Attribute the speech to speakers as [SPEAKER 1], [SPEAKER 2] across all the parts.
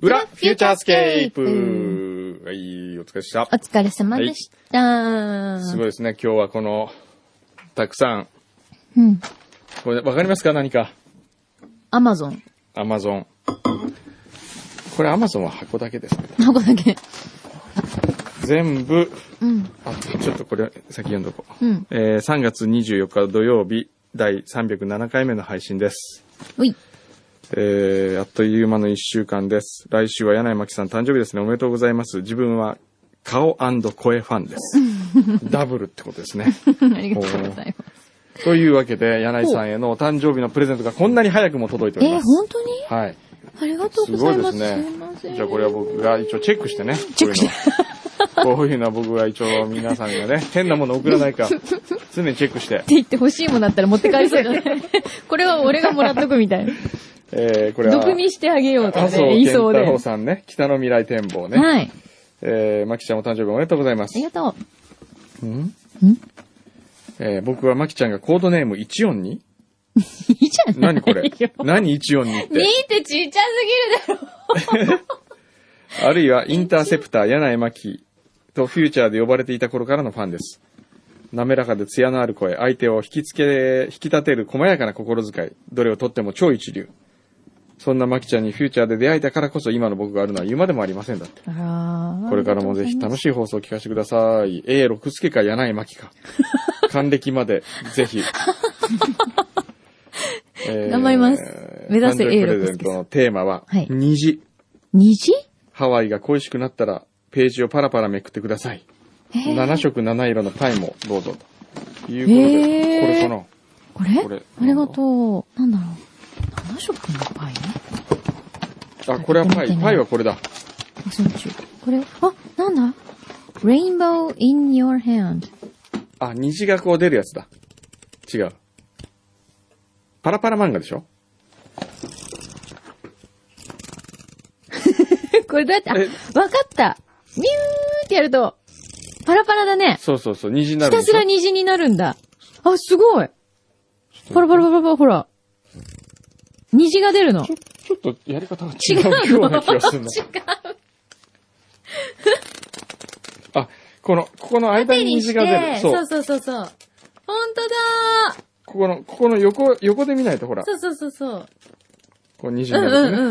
[SPEAKER 1] 裏フューチャースケープはい、お疲れでした
[SPEAKER 2] お。疲れ様でした。
[SPEAKER 1] すごいですね、今日はこの、たくさん、
[SPEAKER 2] うん。
[SPEAKER 1] これわかりますか何か。
[SPEAKER 2] アマゾン。
[SPEAKER 1] アマゾン。これアマゾンは箱だけですね。
[SPEAKER 2] どこだけ。
[SPEAKER 1] 全部、
[SPEAKER 2] うん。
[SPEAKER 1] あ、ちょっとこれ先読んどこう。
[SPEAKER 2] うん
[SPEAKER 1] えー3月24日土曜日、第307回目の配信です。
[SPEAKER 2] うい。
[SPEAKER 1] えー、あっという間の1週間です。来週は柳井真紀さん誕生日ですね。おめでとうございます。自分は顔声ファン です。ダブルってことですね。
[SPEAKER 2] ありがとうございます。
[SPEAKER 1] というわけで、柳井さんへのお誕生日のプレゼントがこんなに早くも届いており
[SPEAKER 2] え
[SPEAKER 1] ま
[SPEAKER 2] ー、
[SPEAKER 1] す。
[SPEAKER 2] 本当に
[SPEAKER 1] はい。
[SPEAKER 2] ありがとう
[SPEAKER 1] す
[SPEAKER 2] ご
[SPEAKER 1] ご
[SPEAKER 2] ざい
[SPEAKER 1] いで
[SPEAKER 2] ますす。
[SPEAKER 1] ね
[SPEAKER 2] すいませ。ん。
[SPEAKER 1] じゃあこれは僕が一応チェックしてね。
[SPEAKER 2] チェックし
[SPEAKER 1] こういうのは。こういうのは僕が一応皆さん がね、変なもの送らないか、常にチェックして
[SPEAKER 2] っ。て言って欲しいものだったら持って帰りそうだね。これは俺がもらっとくみたいな。
[SPEAKER 1] えー、これは。
[SPEAKER 2] 毒味してあげようとか
[SPEAKER 1] 麻生
[SPEAKER 2] ね、言い
[SPEAKER 1] 健
[SPEAKER 2] そ
[SPEAKER 1] 太
[SPEAKER 2] うで。
[SPEAKER 1] 郎さんね、北の未来展望ね。
[SPEAKER 2] はい。
[SPEAKER 1] えー、まきちゃんお誕生日おめでとうございま
[SPEAKER 2] あり
[SPEAKER 1] す。
[SPEAKER 2] がとう。
[SPEAKER 1] うん
[SPEAKER 2] ん
[SPEAKER 1] えー、僕はまきちゃんがコードネーム 142?
[SPEAKER 2] いいじゃない
[SPEAKER 1] 何こ れ
[SPEAKER 2] よ
[SPEAKER 1] 何142っ
[SPEAKER 2] 2
[SPEAKER 1] て。
[SPEAKER 2] ってちっちゃすぎるだろ。
[SPEAKER 1] あるいはインターセプター柳井真紀とフューチャーで呼ばれていた頃からのファンです。滑らかで艶のある声、相手を引きつけ、引き立てる細やかな心遣い、どれをとっても超一流。そんな真紀ちゃんにフューチャーで出会えたからこそ今の僕があるのは言うまでもありませんだって。
[SPEAKER 2] あら
[SPEAKER 1] これからもぜひ楽
[SPEAKER 2] し
[SPEAKER 1] しい放送を聞かせてください。A 六助か柳井真紀か。還暦まで、ぜひ。えー
[SPEAKER 2] 頑張ります目指せ
[SPEAKER 1] 誕生日プ
[SPEAKER 2] A 六輔さん
[SPEAKER 1] レゼントのテーマは、
[SPEAKER 2] はい
[SPEAKER 1] 虹。
[SPEAKER 2] 虹
[SPEAKER 1] ハワイが恋しくなったら、ページをパラパラめくってください。
[SPEAKER 2] えー
[SPEAKER 1] 7色7色のパイもどうぞ。ということで、
[SPEAKER 2] へー
[SPEAKER 1] これかな
[SPEAKER 2] これ
[SPEAKER 1] これ
[SPEAKER 2] ありがとう。なんだろう。7色のパイ
[SPEAKER 1] あ、これはパイ。パイはこれだ。
[SPEAKER 2] あ、そうちゅうこれ、あ、なんだ ?Rainbow in your hand.
[SPEAKER 1] あ、虹がこう出るやつだ。違う。パラパラ漫画でしょ
[SPEAKER 2] これどうやって、あ、
[SPEAKER 1] え
[SPEAKER 2] わかったビューってやると、パラパラだね。
[SPEAKER 1] そうそうそう、虹になる
[SPEAKER 2] ひた
[SPEAKER 1] でし
[SPEAKER 2] す
[SPEAKER 1] ょ
[SPEAKER 2] ら虹になるんだ。あ、すごいパラパラパラパラほら。虹が出るの。
[SPEAKER 1] ちょっとやり方が違うような気がするな。
[SPEAKER 2] 違う。
[SPEAKER 1] あ、この、ここの間
[SPEAKER 2] 手
[SPEAKER 1] に
[SPEAKER 2] に
[SPEAKER 1] 虹
[SPEAKER 2] し
[SPEAKER 1] が出
[SPEAKER 2] て
[SPEAKER 1] る。、そ
[SPEAKER 2] そう
[SPEAKER 1] う。
[SPEAKER 2] そうそうそう。ほんとだー
[SPEAKER 1] ここの、ここの横、横で見ないとほら、
[SPEAKER 2] そうそうそうそう。
[SPEAKER 1] こう虹
[SPEAKER 2] う
[SPEAKER 1] に
[SPEAKER 2] ん
[SPEAKER 1] なる
[SPEAKER 2] うん
[SPEAKER 1] ね。
[SPEAKER 2] うん。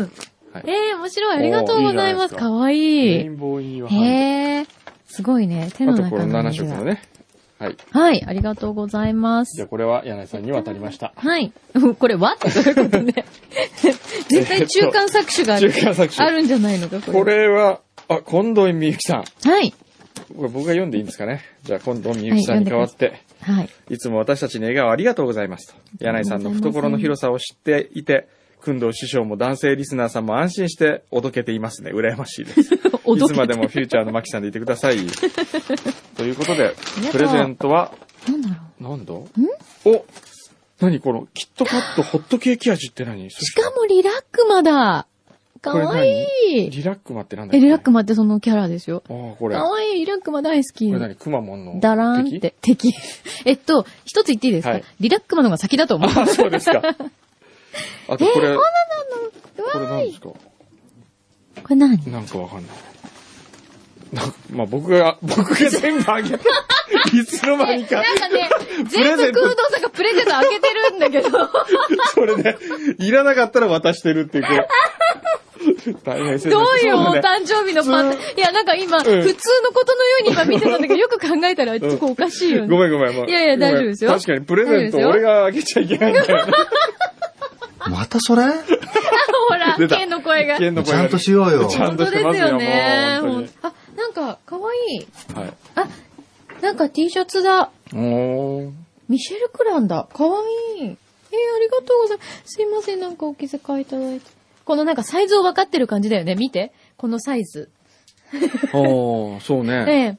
[SPEAKER 1] はい
[SPEAKER 2] えー、面白い。ありがとうございます。
[SPEAKER 1] おーいいじゃないですか
[SPEAKER 2] かわい
[SPEAKER 1] レイ
[SPEAKER 2] い。
[SPEAKER 1] ンボーインは
[SPEAKER 2] へえー、すごいね。手の
[SPEAKER 1] あと
[SPEAKER 2] 中
[SPEAKER 1] この
[SPEAKER 2] の
[SPEAKER 1] 7
[SPEAKER 2] 虹
[SPEAKER 1] 色
[SPEAKER 2] が
[SPEAKER 1] のね。はい。
[SPEAKER 2] はい、ありがとうございま
[SPEAKER 1] じゃあ
[SPEAKER 2] す。
[SPEAKER 1] これは柳井さんに渡りました。
[SPEAKER 2] はい。 これ、わってどういうこ とね。絶対中間作詞があ
[SPEAKER 1] 中
[SPEAKER 2] る
[SPEAKER 1] 間作詞
[SPEAKER 2] あ。るんじゃないのか、これ。
[SPEAKER 1] これは、あ、近藤みゆきさん。
[SPEAKER 2] はい。
[SPEAKER 1] これ僕が読んでいいんですかね。じゃあ近藤みゆきさんに代わって、
[SPEAKER 2] はい。
[SPEAKER 1] い、つも私たちに笑顔ありがとうございますと。柳井さんの懐の広さを知っていて、工藤師匠も男性リスナーさんも安心しておどけていますね。羨ましいです。
[SPEAKER 2] おど
[SPEAKER 1] いつまでもフューチャーのマキさんでいてくだ さい。ということで、プレゼントは、
[SPEAKER 2] なんだろ
[SPEAKER 1] なんだお何この、キットカットホットケーキ味って何
[SPEAKER 2] う。しかも、リラックマだ。かわいい。
[SPEAKER 1] リラックマってなんだっ
[SPEAKER 2] え、
[SPEAKER 1] け
[SPEAKER 2] リラックマってそのキャラですよ。
[SPEAKER 1] ああ、これ。
[SPEAKER 2] か
[SPEAKER 1] こ
[SPEAKER 2] わいい、リラックマ大好き
[SPEAKER 1] れ。何くまモンの。
[SPEAKER 2] だらーんって、敵。 えっと、一つ言っていいですか、
[SPEAKER 1] はい
[SPEAKER 2] リラックマの方が先だと思う。
[SPEAKER 1] あ、そうです か。あとこれ、
[SPEAKER 2] う
[SPEAKER 1] これ
[SPEAKER 2] わ
[SPEAKER 1] 何
[SPEAKER 2] ー
[SPEAKER 1] で
[SPEAKER 2] い。
[SPEAKER 1] すか
[SPEAKER 2] これ何
[SPEAKER 1] なんかわかんない。なんか、まあ、僕が、 僕が全部あげた。いつの間にか、
[SPEAKER 2] なんかね、
[SPEAKER 1] プレ
[SPEAKER 2] 全
[SPEAKER 1] ゼン
[SPEAKER 2] 部
[SPEAKER 1] ト
[SPEAKER 2] 空洞さんがプレゼント開けてるんだけど。
[SPEAKER 1] それで、いらなかったら渡してるっていう、これ。大変失礼し
[SPEAKER 2] ど
[SPEAKER 1] ま
[SPEAKER 2] う
[SPEAKER 1] した
[SPEAKER 2] いうお
[SPEAKER 1] そうだね
[SPEAKER 2] 誕生日のパン
[SPEAKER 1] 普
[SPEAKER 2] いや、なんか今、普通のことのように今見てたんだけど、よく考えたら、ちょっとこうおかしいよ
[SPEAKER 1] ご
[SPEAKER 2] ね。
[SPEAKER 1] めんごめん。まあ
[SPEAKER 2] いやいや大丈夫ですよ
[SPEAKER 1] ごめん確かにプレゼント俺があげちゃいけないんだよね。
[SPEAKER 3] またそれ
[SPEAKER 2] ほら、
[SPEAKER 1] 出た
[SPEAKER 2] ケンの声が。
[SPEAKER 1] 剣の
[SPEAKER 3] ち
[SPEAKER 1] 声
[SPEAKER 3] ゃ
[SPEAKER 1] が
[SPEAKER 3] んとしようよ。
[SPEAKER 1] ちゃん
[SPEAKER 2] 本当
[SPEAKER 1] とし
[SPEAKER 2] で
[SPEAKER 1] てますすよ
[SPEAKER 2] よね。
[SPEAKER 1] もう
[SPEAKER 2] ほ
[SPEAKER 1] 本
[SPEAKER 2] んあ、なんか、かわいい。
[SPEAKER 1] 当にはい。
[SPEAKER 2] あ、なんか T シャツだ。
[SPEAKER 1] おー。
[SPEAKER 2] ミシェル・クランだ。かわいい。えー、ありがとうございます。すいません、なんかお気遣いいただいて。このなんかサイズを分かってる感じだよね。見て。このサイズ。
[SPEAKER 1] おー、そうね。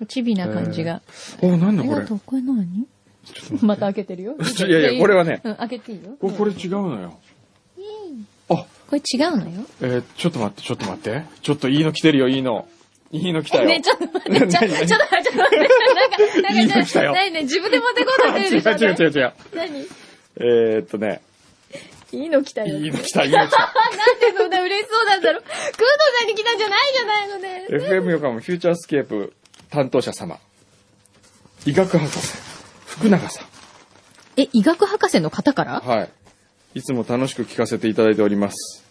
[SPEAKER 2] ええ。チビな感じが。
[SPEAKER 1] おー、なんだ
[SPEAKER 2] あり
[SPEAKER 1] こ
[SPEAKER 2] が
[SPEAKER 1] れ
[SPEAKER 2] と。う。これ何また開けてるよ。
[SPEAKER 1] いやいや、これはね、
[SPEAKER 2] うん、開けていいよ。
[SPEAKER 1] ここれ違うのよ。あ、
[SPEAKER 2] これ違うのよ。
[SPEAKER 1] えーちょっと待って、ちょっと待って。ちょっといいの来てるよ、いいの。いいの来たよ。
[SPEAKER 2] ね、ちょっと待って、ちょちょっと
[SPEAKER 1] 何
[SPEAKER 2] 待って、ちょっと待って、なんか、なんか、
[SPEAKER 1] いいの来たよ
[SPEAKER 2] 何ね、自分で持ってこうとしてる
[SPEAKER 1] 違
[SPEAKER 2] でしょ。
[SPEAKER 1] う違う違う違う。
[SPEAKER 2] 何
[SPEAKER 1] えーっとね、
[SPEAKER 2] いいの来たよ。
[SPEAKER 1] いいの来た、いいの来た。
[SPEAKER 2] なんでそんな嬉しそうなんだろう。工藤さんに来たんじゃないじゃないのね。
[SPEAKER 1] FM 横浜フューチャースケープ担当者様。医学博士、福永さん。
[SPEAKER 2] え、医学博士の方から
[SPEAKER 1] はい。いつも楽しく聞かせていただいております。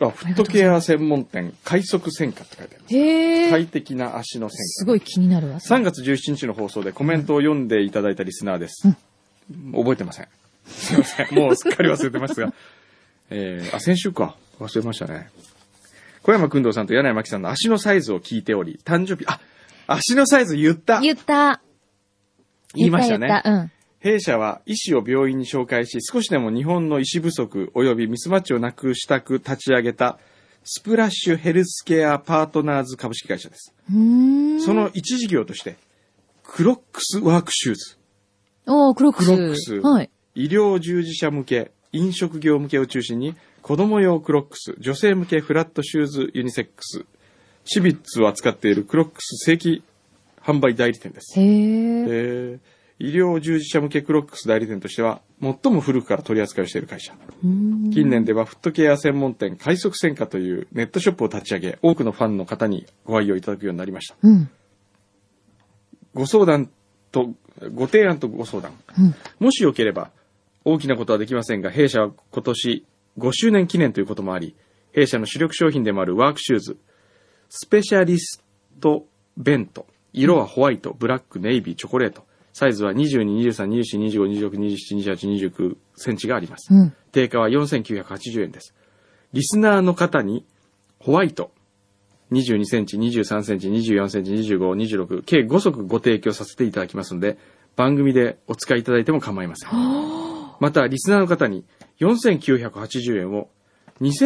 [SPEAKER 1] あ、フットケア専門店、快速専科って書いてあります。
[SPEAKER 2] へえ。
[SPEAKER 1] 快適な足の専科。
[SPEAKER 2] すごい気になるわ。
[SPEAKER 1] 3月17日の放送でコメントを読んでいただいたリスナーです。覚えてません。すいません。もうすっかり忘れてますが。 えー、あ、先週か。忘れましたね。小山くんどうさんと柳井真紀さんの足のサイズを聞いており、誕生日、あ、足のサイズ言った
[SPEAKER 2] 言った。
[SPEAKER 1] 言いましたね。
[SPEAKER 2] 言った言った
[SPEAKER 1] 弊社は医師を病院に紹介し、少しでも日本の医師不足及びミスマッチをなくしたく立ち上げた、スプラッシュヘルスケアパートナーズ株式会社です。
[SPEAKER 2] うん。うーん。
[SPEAKER 1] その一事業として、クロックスワークシューズ、
[SPEAKER 2] おー、クロックス。
[SPEAKER 1] クロックス
[SPEAKER 2] はい。
[SPEAKER 1] 医療従事者向け、飲食業向けを中心に、子供用クロックス、女性向けフラットシューズユニセックス、シビッツを扱っているクロックス正規販売代理店です。
[SPEAKER 2] へえ。
[SPEAKER 1] えー医療従事者向けクロックス代理店としては、最も古くから取り扱いをしている会社。近年ではフットケア専門店、快速専科というネットショップを立ち上げ、多くのファンの方にご愛用いただくようになりました。
[SPEAKER 2] うん。
[SPEAKER 1] ご相談と、ご提案とご相談。
[SPEAKER 2] うん。
[SPEAKER 1] もしよければ、大きなことはできませんが、弊社は今年5周年記念ということもあり、弊社の主力商品でもあるワークシューズ、スペシャリストベント、色はホワイト、ブラック、ネイビー、チョコレート、サイズは22、23、24、25、26、27、28、29センチがあります。
[SPEAKER 2] うん。
[SPEAKER 1] 定価は4980円です。リスナーの方に、ホワイト、22センチ、23センチ、24センチ、25、26、計5足ご提供させていただきますので、番組でお使いいただいても構いません。また、リスナーの方に、4980円を、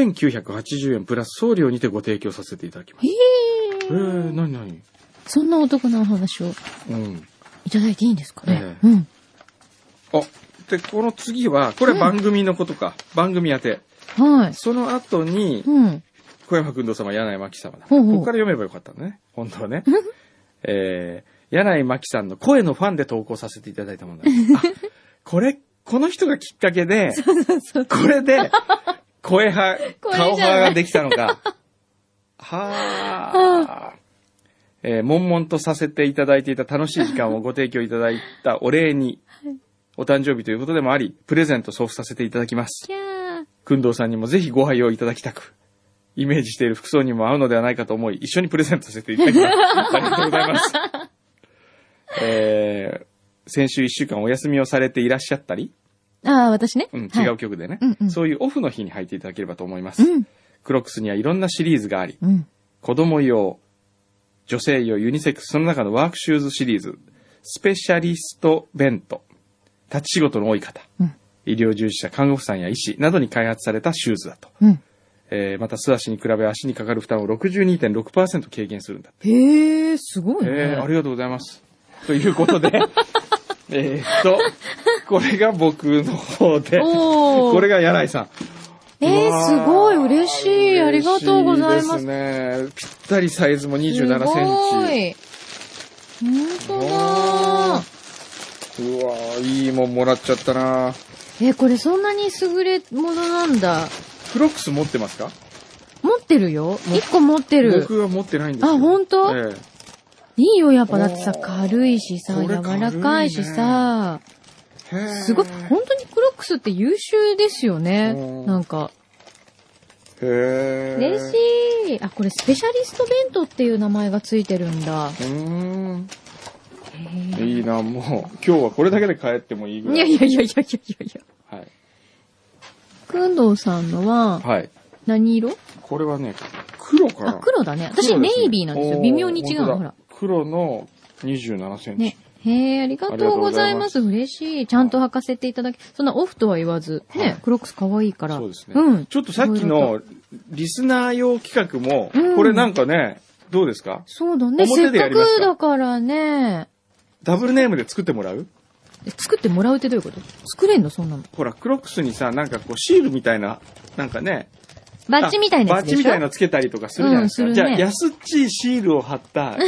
[SPEAKER 1] 2980円プラス送料にてご提供させていただきます。
[SPEAKER 2] へ
[SPEAKER 1] え
[SPEAKER 2] え。
[SPEAKER 1] ー、なになに
[SPEAKER 2] そんなお得なお話を
[SPEAKER 1] うん。
[SPEAKER 2] いただいていいんですかね
[SPEAKER 1] え。え
[SPEAKER 2] うん。
[SPEAKER 1] あ、で、この次は、これは番組のことか。番組宛て。
[SPEAKER 2] はい。
[SPEAKER 1] その後に、
[SPEAKER 2] うん。
[SPEAKER 1] 小山君堂様、柳井真紀様だ。
[SPEAKER 2] ほうほう
[SPEAKER 1] ここから読めばよかったんだね。本当は ね。えー、柳井真紀さんの声のファンで投稿させていただいたもの だ。あ、これ、この人がきっかけで、これで、声派、
[SPEAKER 2] 声じゃない
[SPEAKER 1] 顔派ができたの か。はあ。えー、悶々とさせていただいていた楽しい時間をご提供いただいたお礼に、お誕生日ということでもあり、プレゼント送付させていただきます。
[SPEAKER 2] キャー。
[SPEAKER 1] くんどうさんにもぜひご配をいただきたく、イメージしている服装にも合うのではないかと思い、一緒にプレゼントさせていただ きます。ありがとうございます。えー、先週一週間お休みをされていらっしゃったり、
[SPEAKER 2] ああ、私ね。
[SPEAKER 1] うん、
[SPEAKER 2] は
[SPEAKER 1] 違
[SPEAKER 2] いう
[SPEAKER 1] 曲でね、
[SPEAKER 2] うんうん
[SPEAKER 1] そういうオフの日に履いていただければと思います。
[SPEAKER 2] うん。
[SPEAKER 1] クロックスにはいろんなシリーズがあり、
[SPEAKER 2] うん。
[SPEAKER 1] 子供用、女性用、ユニセックス、その中のワークシューズシリーズ、スペシャリストベント、立ち仕事の多い方、
[SPEAKER 2] うん
[SPEAKER 1] 医療従事者、看護婦さんや医師などに開発されたシューズだと。
[SPEAKER 2] うん。
[SPEAKER 1] えーまた素足に比べ足にかかる負担を62.6%軽減するんだって。
[SPEAKER 2] へえ、すごいね。
[SPEAKER 1] えーありがとうございます。ということで、 えーっと、これが僕の方で、
[SPEAKER 2] おー
[SPEAKER 1] これが柳井さん。
[SPEAKER 2] えー、すごい、嬉しい。ありがとうございます。
[SPEAKER 1] す。ね、ぴったりサイズも27センチ。
[SPEAKER 2] すごい。本当だー。
[SPEAKER 1] うわーいいもんもらっちゃったな
[SPEAKER 2] えーこれそんなに優れものなんだ。
[SPEAKER 1] クロックス持ってますか
[SPEAKER 2] 持ってるよ。一個持ってる。
[SPEAKER 1] 僕は持ってないんですよ。
[SPEAKER 2] あ本当
[SPEAKER 1] ええ
[SPEAKER 2] いいよ、やっぱ。だってさ、軽いしさ、
[SPEAKER 1] これ
[SPEAKER 2] 柔
[SPEAKER 1] 軽いね
[SPEAKER 2] らかいしさ、
[SPEAKER 1] へー
[SPEAKER 2] すごい、本当にクロックスって優秀ですよね
[SPEAKER 1] う。ん
[SPEAKER 2] なんか、
[SPEAKER 1] へ
[SPEAKER 2] 嬉
[SPEAKER 1] い。
[SPEAKER 2] しい。あ、これスペシャリスト弁当っていう名前がついてるんだ。
[SPEAKER 1] うーん。
[SPEAKER 2] へー
[SPEAKER 1] いいなもう、今日はこれだけで帰ってもいいぐらい。
[SPEAKER 2] いやいやいやいやいやいやいや。
[SPEAKER 1] はい。
[SPEAKER 2] くんどうさんのは、
[SPEAKER 1] はい。
[SPEAKER 2] 何色
[SPEAKER 1] これはね、黒か
[SPEAKER 2] あ
[SPEAKER 1] な、。
[SPEAKER 2] 黒だね。私、
[SPEAKER 1] 黒
[SPEAKER 2] ネ
[SPEAKER 1] ですね
[SPEAKER 2] イビーなんですよ。微妙に違う
[SPEAKER 1] おー
[SPEAKER 2] の、
[SPEAKER 1] 本
[SPEAKER 2] ほ
[SPEAKER 1] 当
[SPEAKER 2] ら
[SPEAKER 1] だ。黒の27センチ。
[SPEAKER 2] ね。へえ、ありがとうございます。嬉しい。ちゃんと履かせていただき、そんなオフとは言わず、
[SPEAKER 1] は
[SPEAKER 2] ね
[SPEAKER 1] い、
[SPEAKER 2] クロックス可愛いから。
[SPEAKER 1] そうですね、
[SPEAKER 2] うん。
[SPEAKER 1] ちょっとさっき
[SPEAKER 2] いろいろと。
[SPEAKER 1] のリスナー用企画も、
[SPEAKER 2] うん
[SPEAKER 1] これなんかね、どうですか
[SPEAKER 2] そうだね。せ
[SPEAKER 1] 表
[SPEAKER 2] っ
[SPEAKER 1] でや
[SPEAKER 2] か
[SPEAKER 1] りますか
[SPEAKER 2] くだからね。
[SPEAKER 1] ダブルネームで作ってもらう
[SPEAKER 2] え作ってもらうってどういうこと作れんのそんなの。
[SPEAKER 1] ほら、クロックスにさ、なんかこうシールみたいな、なんかね、
[SPEAKER 2] バッチみたいな
[SPEAKER 1] バ
[SPEAKER 2] やつ
[SPEAKER 1] ッチ
[SPEAKER 2] でしょ
[SPEAKER 1] みたいのつけたりとかするじゃないですか。
[SPEAKER 2] うんす
[SPEAKER 1] じ
[SPEAKER 2] る
[SPEAKER 1] ゃあ、
[SPEAKER 2] ね
[SPEAKER 1] 安っ ちいシールを貼った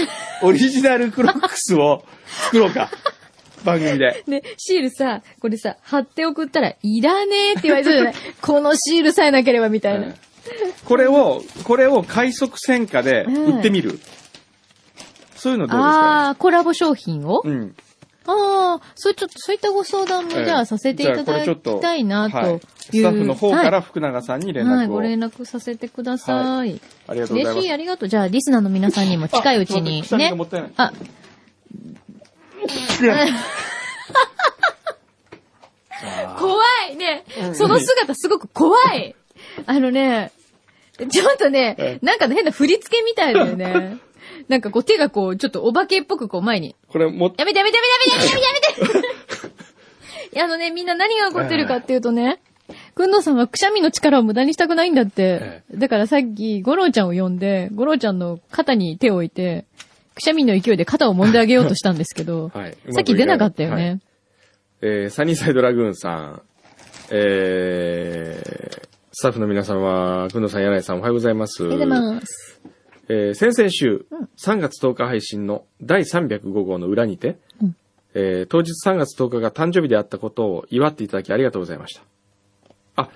[SPEAKER 1] オリジナルクロックスを作ろうか。番組で。
[SPEAKER 2] で、シールさ、これさ、貼って送ったら、いらねえって言われそうじゃない このシールさえなければみたいな。
[SPEAKER 1] うんこれを、これを快速戦火で売ってみる。そういうのどうですか
[SPEAKER 2] あー、コラボ商品を、
[SPEAKER 1] うん。
[SPEAKER 2] ああ、そうちょっと、そういったご相談も、
[SPEAKER 1] ええ
[SPEAKER 2] じゃあさせていただきたいな、と
[SPEAKER 1] じゃあこれちょっはい
[SPEAKER 2] い
[SPEAKER 1] ス
[SPEAKER 2] う。
[SPEAKER 1] タッフの方か
[SPEAKER 2] は
[SPEAKER 1] ら福永さんに
[SPEAKER 2] い、
[SPEAKER 1] 連
[SPEAKER 2] はい
[SPEAKER 1] 絡を。
[SPEAKER 2] ご
[SPEAKER 1] あり
[SPEAKER 2] 連絡させてください。
[SPEAKER 1] がとうございま
[SPEAKER 2] 嬉しい、
[SPEAKER 1] す。
[SPEAKER 2] ありがとう。じゃあ、リスナーの皆さんにも近いうちに
[SPEAKER 1] あすいません鎖
[SPEAKER 2] ね
[SPEAKER 1] がも。ったいない
[SPEAKER 2] あ、怖いね。その姿すごく怖い。あのね、ちょっとね
[SPEAKER 1] え、
[SPEAKER 2] なんかね変な振り付けみたいだよね。なんかこう手がこう、ちょっとお化けっぽくこう前に。
[SPEAKER 1] これも、
[SPEAKER 2] やめてやめてやめてやめてやめてやめていやあのね、みんな何が起こってるかっていうとね、くんのさんはくしゃみの力を無駄にしたくないんだって
[SPEAKER 1] え。、
[SPEAKER 2] だからさっき、ゴロちゃんを呼んで、ゴロちゃんの肩に手を置いて、くしゃみの勢いで肩を揉んであげようとしたんですけど
[SPEAKER 1] はい
[SPEAKER 2] さっき出なかったよね。
[SPEAKER 1] えー、サニーサイドラグーンさん、えー、スタッフの皆様、くんのさん、柳井さん、おはようございます。
[SPEAKER 2] ありがとうございます。
[SPEAKER 1] えー先々週、3月10日配信の第305号の裏にて、
[SPEAKER 2] うん
[SPEAKER 1] えー当日3月10日が誕生日であったことを祝っていただきありがとうございました。あ、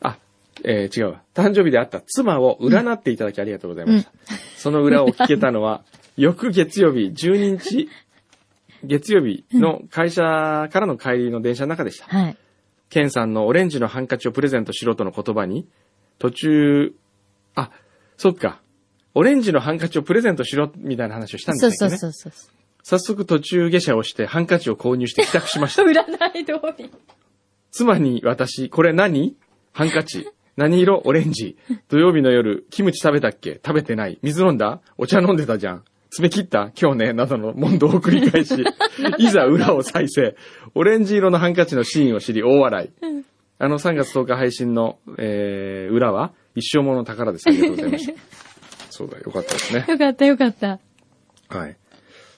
[SPEAKER 1] あ、えー違うわ。誕生日であった妻を占っていただきありがとうございました。その裏を聞けたの は、翌月曜日12日、月曜日の会社からの帰りの電車の中でした。
[SPEAKER 2] はい。
[SPEAKER 1] ケンさんのオレンジのハンカチをプレゼントしろとの言葉に、途中、あ、そっか。オレンジのハンカチをプレゼントしろ、みたいな話をしたんです
[SPEAKER 2] そう
[SPEAKER 1] よね。
[SPEAKER 2] そうそうそう。
[SPEAKER 1] 早速途中下車をしてハンカチを購入して帰宅しました。
[SPEAKER 2] 占い通り。
[SPEAKER 1] 妻に私、これ何ハンカチ。何色オレンジ。土曜日の夜、キムチ食べたっけ食べてない。水飲んだお茶飲んでたじゃん。爪切った今日ね。などの問答を繰り返 し、いざ裏を再生。オレンジ色のハンカチのシーンを知り、大笑い。あの3月10日配信の、えー、裏は、一生もの宝です。ありがとうございました。 そうだ、よかったですね。
[SPEAKER 2] よかったよかった。
[SPEAKER 1] はい。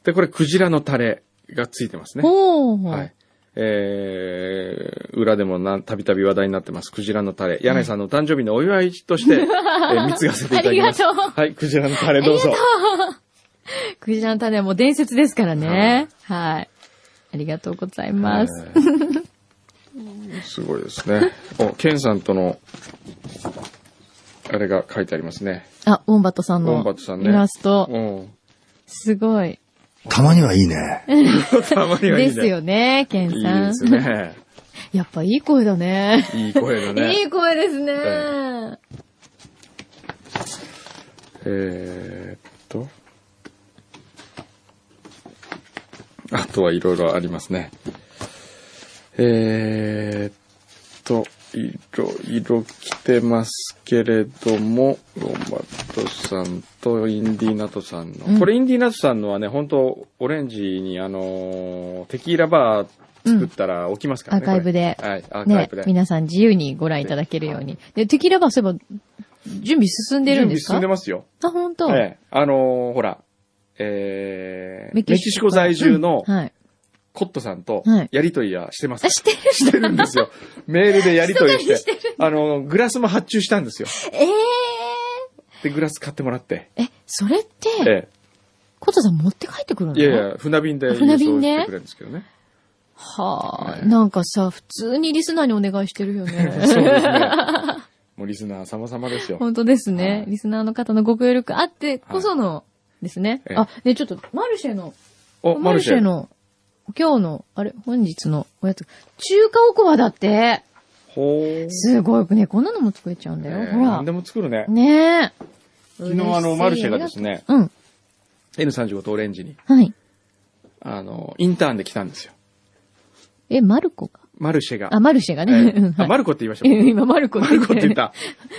[SPEAKER 1] で、これ、クジラのタレがついてますね。
[SPEAKER 2] おー。
[SPEAKER 1] はい。えー、裏でもなたびたび話題になってます。クジラのタレ。柳井さんのお誕生日のお祝いとして、 えー貢がせていただきます。
[SPEAKER 2] ありがとう
[SPEAKER 1] はい、クジラのタレどうぞ。
[SPEAKER 2] クジラの種はもう伝説ですからね。はい。ありがとうございます。
[SPEAKER 1] えーすごいですね。お、ケンさんとの、あれが書いてありますね。
[SPEAKER 2] あ、ウォンバットさん
[SPEAKER 1] ウォ
[SPEAKER 2] の
[SPEAKER 1] ンバットさん
[SPEAKER 2] イ
[SPEAKER 1] ね
[SPEAKER 2] ラスト。
[SPEAKER 1] うん。
[SPEAKER 2] すごい。
[SPEAKER 3] たまにはいいね。
[SPEAKER 1] たまにはいい
[SPEAKER 2] で
[SPEAKER 1] ね。
[SPEAKER 2] すよね、ケン
[SPEAKER 1] いい
[SPEAKER 2] さん
[SPEAKER 1] で。すね。
[SPEAKER 2] やっぱいい声だね。
[SPEAKER 1] いい声だね。
[SPEAKER 2] いい声ですね。
[SPEAKER 1] ええーっと。あとはいろいろありますね。えーっと、いろいろ来てますけれども、ロバットさんとインディーナトさんの。
[SPEAKER 2] うん
[SPEAKER 1] これインディーナトさんのはね、本当オレンジにあのーテキーラバー作ったら置きますからね。
[SPEAKER 2] うんアーカイブで
[SPEAKER 1] これはい、アーカイ
[SPEAKER 2] ね
[SPEAKER 1] ブで。、
[SPEAKER 2] 皆さん自由にご覧いただけるように。で、テキラバーそういえば、準備進んでるんですか
[SPEAKER 1] 準備進んでますよ。
[SPEAKER 2] あ、本当。
[SPEAKER 1] ええ、あのーほら、えー、メキシコ在住の
[SPEAKER 2] うんはい。
[SPEAKER 1] コットさんと
[SPEAKER 2] はい、
[SPEAKER 1] やりとりはしてます、
[SPEAKER 2] あ、してる。
[SPEAKER 1] してるんです よ。メールでやりとりして、
[SPEAKER 2] 密かにして
[SPEAKER 1] あのー、グラスも発注したんですよ。
[SPEAKER 2] え
[SPEAKER 1] で、グラス買ってもらって。
[SPEAKER 2] え。え、それって、
[SPEAKER 1] え
[SPEAKER 2] コトさん持って帰ってくるの
[SPEAKER 1] え、いやいや、船便で
[SPEAKER 2] あ
[SPEAKER 1] 郵送
[SPEAKER 2] 船便
[SPEAKER 1] し
[SPEAKER 2] で
[SPEAKER 1] てくれるんですけどね。
[SPEAKER 2] はあ、
[SPEAKER 1] ええ
[SPEAKER 2] なんかさ、普通にリスナーにお願いしてるよね。
[SPEAKER 1] そうです ね。もうリスナー様々ですよ。
[SPEAKER 2] 本当ですね、
[SPEAKER 1] はい
[SPEAKER 2] リスナーの方のご協力あってこその、ですね
[SPEAKER 1] え。え
[SPEAKER 2] あ、ね、ちょっと、マルシェの、
[SPEAKER 1] お、
[SPEAKER 2] マルシェ。の、今日の、あれ、本日のおやつ、中華おこわだって。
[SPEAKER 1] ほー。
[SPEAKER 2] すごいね、こんなのも作れちゃうんだよ。
[SPEAKER 1] ええ
[SPEAKER 2] ほら
[SPEAKER 1] 何で。も作るね。
[SPEAKER 2] ねえ。
[SPEAKER 1] 昨日あの、マルシェがです
[SPEAKER 2] ね。
[SPEAKER 1] ね、
[SPEAKER 2] うん。
[SPEAKER 1] N35 とオレンジに、
[SPEAKER 2] はい。
[SPEAKER 1] あの、インターンで来たんですよ。
[SPEAKER 2] え、マルコが
[SPEAKER 1] マルシェが。
[SPEAKER 2] あ、マルシェがね。うん
[SPEAKER 1] ええ
[SPEAKER 2] は
[SPEAKER 1] あ
[SPEAKER 2] い
[SPEAKER 1] マルコって言いましたもんね。
[SPEAKER 2] 今、マルコっ
[SPEAKER 1] マ
[SPEAKER 2] て
[SPEAKER 1] ル
[SPEAKER 2] 言っ
[SPEAKER 1] コっ
[SPEAKER 2] た
[SPEAKER 1] て
[SPEAKER 2] よ
[SPEAKER 1] 言
[SPEAKER 2] ね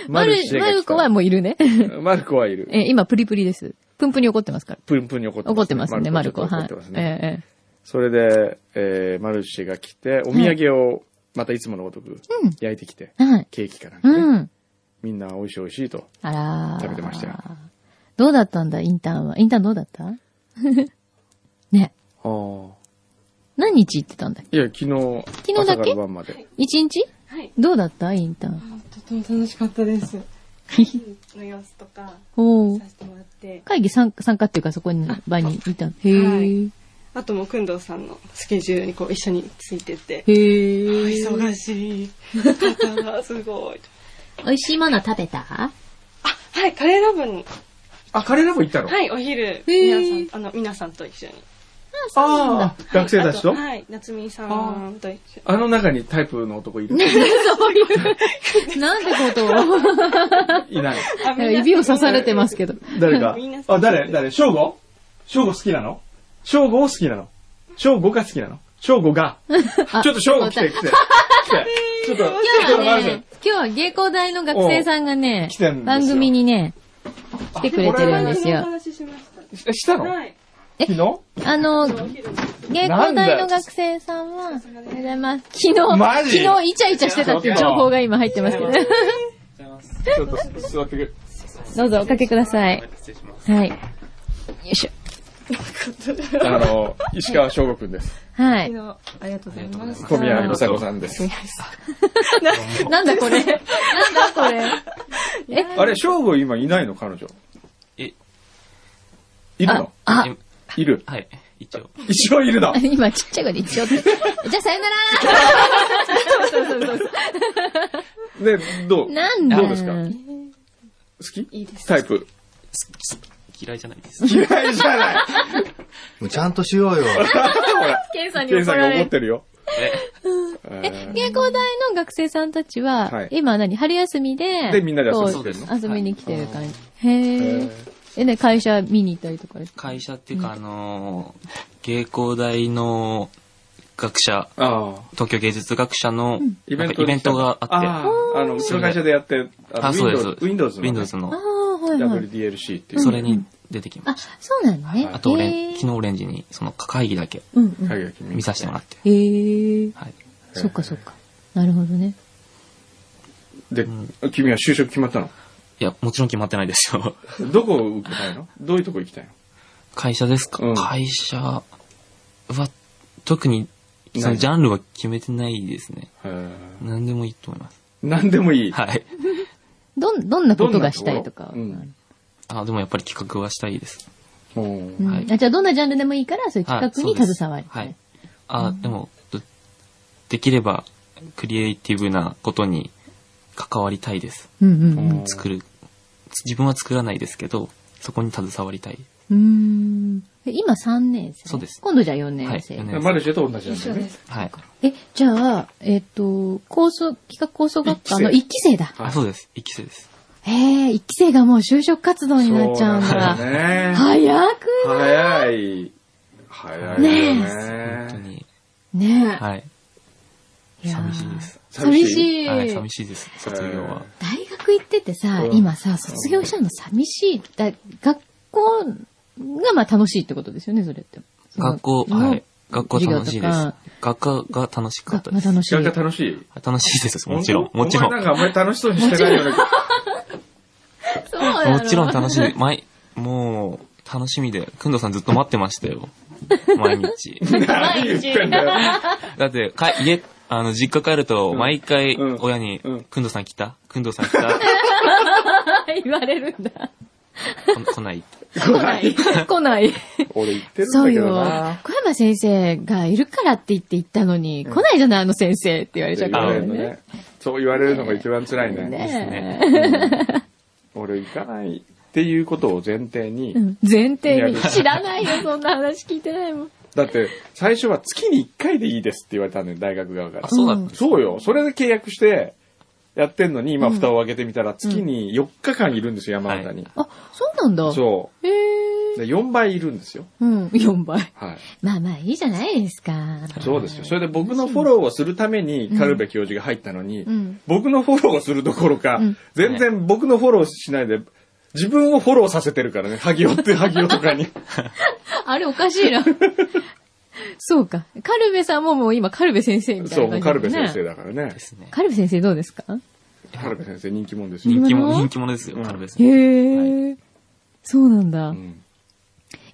[SPEAKER 1] った。
[SPEAKER 2] マル
[SPEAKER 1] シェが来
[SPEAKER 2] マ
[SPEAKER 1] た
[SPEAKER 2] ルコはもういるね。
[SPEAKER 1] マルコはいる。
[SPEAKER 2] え、今、プリプリです。プンプンに怒ってますから。
[SPEAKER 1] プンプンに怒ってます、
[SPEAKER 2] 怒ってますね、マルコ。
[SPEAKER 1] ちょっと怒
[SPEAKER 2] は
[SPEAKER 1] っ
[SPEAKER 2] い
[SPEAKER 1] てます。
[SPEAKER 2] え
[SPEAKER 1] ね。
[SPEAKER 2] ええ
[SPEAKER 1] それで、えーマルシェが来て、お土産をまたいつものごとく
[SPEAKER 2] うん
[SPEAKER 1] 焼いてきて、
[SPEAKER 2] えはい。
[SPEAKER 1] ケーキかなんかね、
[SPEAKER 2] うん。
[SPEAKER 1] みんな美味しい美味しいと。
[SPEAKER 2] あらー
[SPEAKER 1] 食べてましたよ
[SPEAKER 2] どうだったんだ、インターンは。インターンどうだった ね。何日行ってたんだっけ
[SPEAKER 1] いや、昨日、
[SPEAKER 2] 昨日だけ
[SPEAKER 1] 朝から晩まで。
[SPEAKER 2] 一日
[SPEAKER 4] はい。
[SPEAKER 2] どうだったインターン。
[SPEAKER 4] とても楽しかったです。会議の様子とか、
[SPEAKER 2] おー
[SPEAKER 4] させてもらって、
[SPEAKER 2] 会議参参加っていうか、そこに、場にいた。へえ。
[SPEAKER 4] あともう、くんどうさんのスケジュールにこう一緒についてって、
[SPEAKER 2] へ
[SPEAKER 4] あ
[SPEAKER 2] え。
[SPEAKER 4] 忙しい。方がすごい。
[SPEAKER 2] 美味しいもの食べた
[SPEAKER 4] あ、はい、カレーラブに、
[SPEAKER 1] あ、カレーラボ行ったの
[SPEAKER 4] はい、お昼、
[SPEAKER 2] へ
[SPEAKER 4] 皆
[SPEAKER 2] ー
[SPEAKER 4] さん、あの、皆さんと一緒に。
[SPEAKER 1] ああ、学生たちと
[SPEAKER 4] あはい、夏美さんと一緒に。
[SPEAKER 1] あの中にタイプの男い る
[SPEAKER 2] そういう。なんてこと
[SPEAKER 1] いない。
[SPEAKER 4] あ
[SPEAKER 2] を。指を刺されてますけど。
[SPEAKER 1] 誰 か
[SPEAKER 4] みんな。好き
[SPEAKER 1] あ、誰誰翔吾翔吾好きなの翔吾を好きなの翔吾が好きなの翔吾が。ちょっと翔吾来て、来て。来て。ちょっと、
[SPEAKER 2] 今日
[SPEAKER 1] ちょっと
[SPEAKER 2] は
[SPEAKER 1] 待って
[SPEAKER 2] ね、今日は芸工大の学生さんがね
[SPEAKER 1] お来てんですよ、
[SPEAKER 2] 番組にね、来てくれてるんです
[SPEAKER 4] お
[SPEAKER 2] よ。
[SPEAKER 4] 話ししまし
[SPEAKER 1] えした
[SPEAKER 4] た。
[SPEAKER 1] の
[SPEAKER 4] はい。
[SPEAKER 2] え
[SPEAKER 1] 昨日
[SPEAKER 2] あの、
[SPEAKER 4] お昼
[SPEAKER 2] 芸工大の学生さんは、おはようございます昨日、
[SPEAKER 1] マジ
[SPEAKER 2] 昨日イチャイチャしてたっていう情報が今入ってますけど。
[SPEAKER 1] ちょっと座ってくる。
[SPEAKER 2] どうぞおかけください。はい。よいしょ。
[SPEAKER 1] あの、石川翔吾くんです。
[SPEAKER 2] はい
[SPEAKER 4] 昨。日、ありがとうございます。
[SPEAKER 1] 小宮美佐子さんです。
[SPEAKER 2] なんだこれ。なんだこれ。え、
[SPEAKER 1] あれ、翔吾今いないの彼女。
[SPEAKER 5] え、
[SPEAKER 1] いるの
[SPEAKER 2] あ、
[SPEAKER 5] え
[SPEAKER 1] いる。
[SPEAKER 5] はい、一応。
[SPEAKER 1] 一応いるの。
[SPEAKER 2] 今ちっちゃい声で一応って。 じゃあさよなら
[SPEAKER 1] で、どう
[SPEAKER 2] なんだ
[SPEAKER 1] どうですか好きタイプ。
[SPEAKER 5] 嫌いじゃないです。
[SPEAKER 1] 嫌いじゃない。
[SPEAKER 3] もうちゃんとしようよ。
[SPEAKER 1] ほら、
[SPEAKER 2] ケンさんに
[SPEAKER 1] ケン
[SPEAKER 2] 怒
[SPEAKER 1] さん
[SPEAKER 2] ら
[SPEAKER 1] が
[SPEAKER 2] れ
[SPEAKER 1] 怒っ
[SPEAKER 2] る。
[SPEAKER 1] てるよ。
[SPEAKER 2] え、芸工大の学生さんたちは、
[SPEAKER 1] はい
[SPEAKER 2] 今何春休みで、
[SPEAKER 1] でみんなで遊びに
[SPEAKER 2] こう
[SPEAKER 5] 来てるの
[SPEAKER 2] 遊びに来てる感じ。
[SPEAKER 1] え
[SPEAKER 2] へえ
[SPEAKER 1] ー。
[SPEAKER 2] え、ね、会社見に行ったりとかですか
[SPEAKER 5] 会社っていうか、あのー、芸工大の学者、
[SPEAKER 1] ああ。
[SPEAKER 5] 東京芸術学者の
[SPEAKER 1] イベ
[SPEAKER 5] なん
[SPEAKER 1] ン
[SPEAKER 5] か
[SPEAKER 1] ト
[SPEAKER 5] イベントが
[SPEAKER 1] あ
[SPEAKER 5] あっ
[SPEAKER 1] あ、あの、うちの会社でやってる、
[SPEAKER 5] て、あ、そうです。
[SPEAKER 1] Windows のね
[SPEAKER 5] Windows
[SPEAKER 2] ああ
[SPEAKER 5] の、、
[SPEAKER 2] はいはい。
[SPEAKER 1] WDLC っていう。
[SPEAKER 5] それに出てきま
[SPEAKER 2] あ
[SPEAKER 5] し、
[SPEAKER 2] そうなんだね。
[SPEAKER 5] た。あと、オレン
[SPEAKER 2] へー
[SPEAKER 5] 昨日オレンジに、その会議だけ
[SPEAKER 2] うんうん。
[SPEAKER 1] 影が君
[SPEAKER 5] 見させてもらって。
[SPEAKER 2] へー。
[SPEAKER 5] はい。
[SPEAKER 2] そっかそっか。なるほどね。
[SPEAKER 1] で、君は就職決まったの
[SPEAKER 5] いや、もちろん決まってないですよ。
[SPEAKER 1] どこを受けたいのどういうとこ行きたいの
[SPEAKER 5] 会社ですか、
[SPEAKER 1] うん
[SPEAKER 5] 会社は、特に、そ
[SPEAKER 1] な
[SPEAKER 5] の
[SPEAKER 1] い
[SPEAKER 5] ジャンルは決めてないですね。
[SPEAKER 1] へー
[SPEAKER 5] 何でもいいと思います。
[SPEAKER 1] 何でもいい。
[SPEAKER 5] はい。
[SPEAKER 2] どん、どんなことがしたいとか。
[SPEAKER 1] どんなとこ
[SPEAKER 5] あ、でもやっぱり企画はしたいです。
[SPEAKER 1] うん
[SPEAKER 2] うん
[SPEAKER 5] はい
[SPEAKER 2] あじゃあ、どんなジャンルでもいいから、そういう企画に
[SPEAKER 5] はいそうです
[SPEAKER 2] 携わる。
[SPEAKER 5] はい。あ、でも、どできれば、クリエイティブなことに関わりたいです。
[SPEAKER 2] うんうんうん。
[SPEAKER 1] ん
[SPEAKER 5] 作る。自分は作らないですけど、そこに携わりたい。
[SPEAKER 2] うーん。え今3年生。
[SPEAKER 5] そうです
[SPEAKER 2] 今度じゃあ4年生。
[SPEAKER 5] はい四年
[SPEAKER 1] マルシェと同じなんだよね。
[SPEAKER 5] はい。
[SPEAKER 2] え、じゃあ、えっ、と、構想、企画構想学科の1期生だ。
[SPEAKER 1] はい
[SPEAKER 5] あ、そうです。一期生です。
[SPEAKER 2] へえ、1期生がもう就職活動になっちゃうん
[SPEAKER 1] そうな
[SPEAKER 2] だ。
[SPEAKER 1] んだよね。
[SPEAKER 2] 早く
[SPEAKER 1] 早い。早いよ
[SPEAKER 5] 本当
[SPEAKER 1] ね。
[SPEAKER 5] に。
[SPEAKER 2] ねえ。
[SPEAKER 5] はい。
[SPEAKER 2] いやー
[SPEAKER 5] 寂しいです。
[SPEAKER 2] 寂しい。
[SPEAKER 5] はい、寂しいです。卒業は。
[SPEAKER 2] 大学行っててさ、
[SPEAKER 1] うん
[SPEAKER 2] 今さ、卒業したの寂しい。だ学校がまあ楽しいってことですよね、それって。その
[SPEAKER 5] 学校、
[SPEAKER 2] の
[SPEAKER 5] はい。学校楽しいです
[SPEAKER 2] 授業とか。
[SPEAKER 5] 学科が楽しかった
[SPEAKER 2] がま
[SPEAKER 5] で
[SPEAKER 2] あ
[SPEAKER 5] す。
[SPEAKER 2] 楽しい。
[SPEAKER 1] 時間が楽しい。
[SPEAKER 5] 楽しいです。もちろん。もちろ
[SPEAKER 1] お前なんか
[SPEAKER 5] ん。
[SPEAKER 1] あんまり楽しそうにしてないよね。
[SPEAKER 2] そうなの
[SPEAKER 5] もちろん楽しい。毎、もう、楽しみで。くんどさんずっと待ってました よ。毎日。
[SPEAKER 1] 何言ってんだよ。
[SPEAKER 5] だって、か、家、あの、実家帰ると、毎回
[SPEAKER 1] うん、
[SPEAKER 5] 親に
[SPEAKER 1] うん、
[SPEAKER 5] くんどさん来たくんどさん来 た
[SPEAKER 2] 言われるんだ。
[SPEAKER 5] こ来ない。
[SPEAKER 2] 来ない。来ない。
[SPEAKER 1] 俺言ってるん
[SPEAKER 2] そ
[SPEAKER 1] だ
[SPEAKER 2] う
[SPEAKER 1] け
[SPEAKER 2] よ。
[SPEAKER 1] ど
[SPEAKER 2] 小
[SPEAKER 1] な。
[SPEAKER 2] 山先生がいるからって言って行ったのに、来ないじゃない、あの先生って言われちゃう
[SPEAKER 1] 言
[SPEAKER 2] か
[SPEAKER 1] わ
[SPEAKER 2] ら
[SPEAKER 1] れるの
[SPEAKER 2] ね。
[SPEAKER 1] ね。そう言われるのが一番辛いね。
[SPEAKER 2] ね
[SPEAKER 1] 俺行かないっていうことを前提に、
[SPEAKER 2] え。うん前提
[SPEAKER 1] い
[SPEAKER 2] に。
[SPEAKER 1] や
[SPEAKER 2] 知らないよ、そんな話聞いてないもん。
[SPEAKER 1] だって最初は月に1回でいいですって言われたんだよ、大学側から
[SPEAKER 5] あ、。そうだった。
[SPEAKER 1] そうよ。それで契約してやってんのに、今蓋を開けてみたら月に4日間いるんですよ、山形に。
[SPEAKER 2] あ、そうなんだ。
[SPEAKER 1] そ
[SPEAKER 2] へえ
[SPEAKER 1] う。。で4倍いるんですよ。
[SPEAKER 2] うん、4倍。
[SPEAKER 1] はい。
[SPEAKER 2] まあまあ、いいじゃないですか。
[SPEAKER 1] そうですよ。それで僕のフォローをするために、カルベ教授が入ったのに、
[SPEAKER 2] うん
[SPEAKER 1] 僕のフォローをするどころか、
[SPEAKER 2] うん
[SPEAKER 1] 全然僕のフォローしないで、自分をフォローさせてるからね、萩尾 って萩尾とかに。
[SPEAKER 2] あれおかし いな。そうか。カルベさんももう今、カルベ先生みたい
[SPEAKER 1] そう、も
[SPEAKER 2] な
[SPEAKER 1] うカル
[SPEAKER 2] 感じ
[SPEAKER 1] ベ先生だ
[SPEAKER 2] だもんね。
[SPEAKER 1] からね
[SPEAKER 5] で。すね。
[SPEAKER 2] カルベ先生どうですか
[SPEAKER 1] カルベ先生人気者ですよ。
[SPEAKER 5] 人気
[SPEAKER 2] う
[SPEAKER 5] 者、
[SPEAKER 2] ん
[SPEAKER 5] 人気者ですよ、カルベさん。
[SPEAKER 2] へえ。そうなんだ。
[SPEAKER 1] うん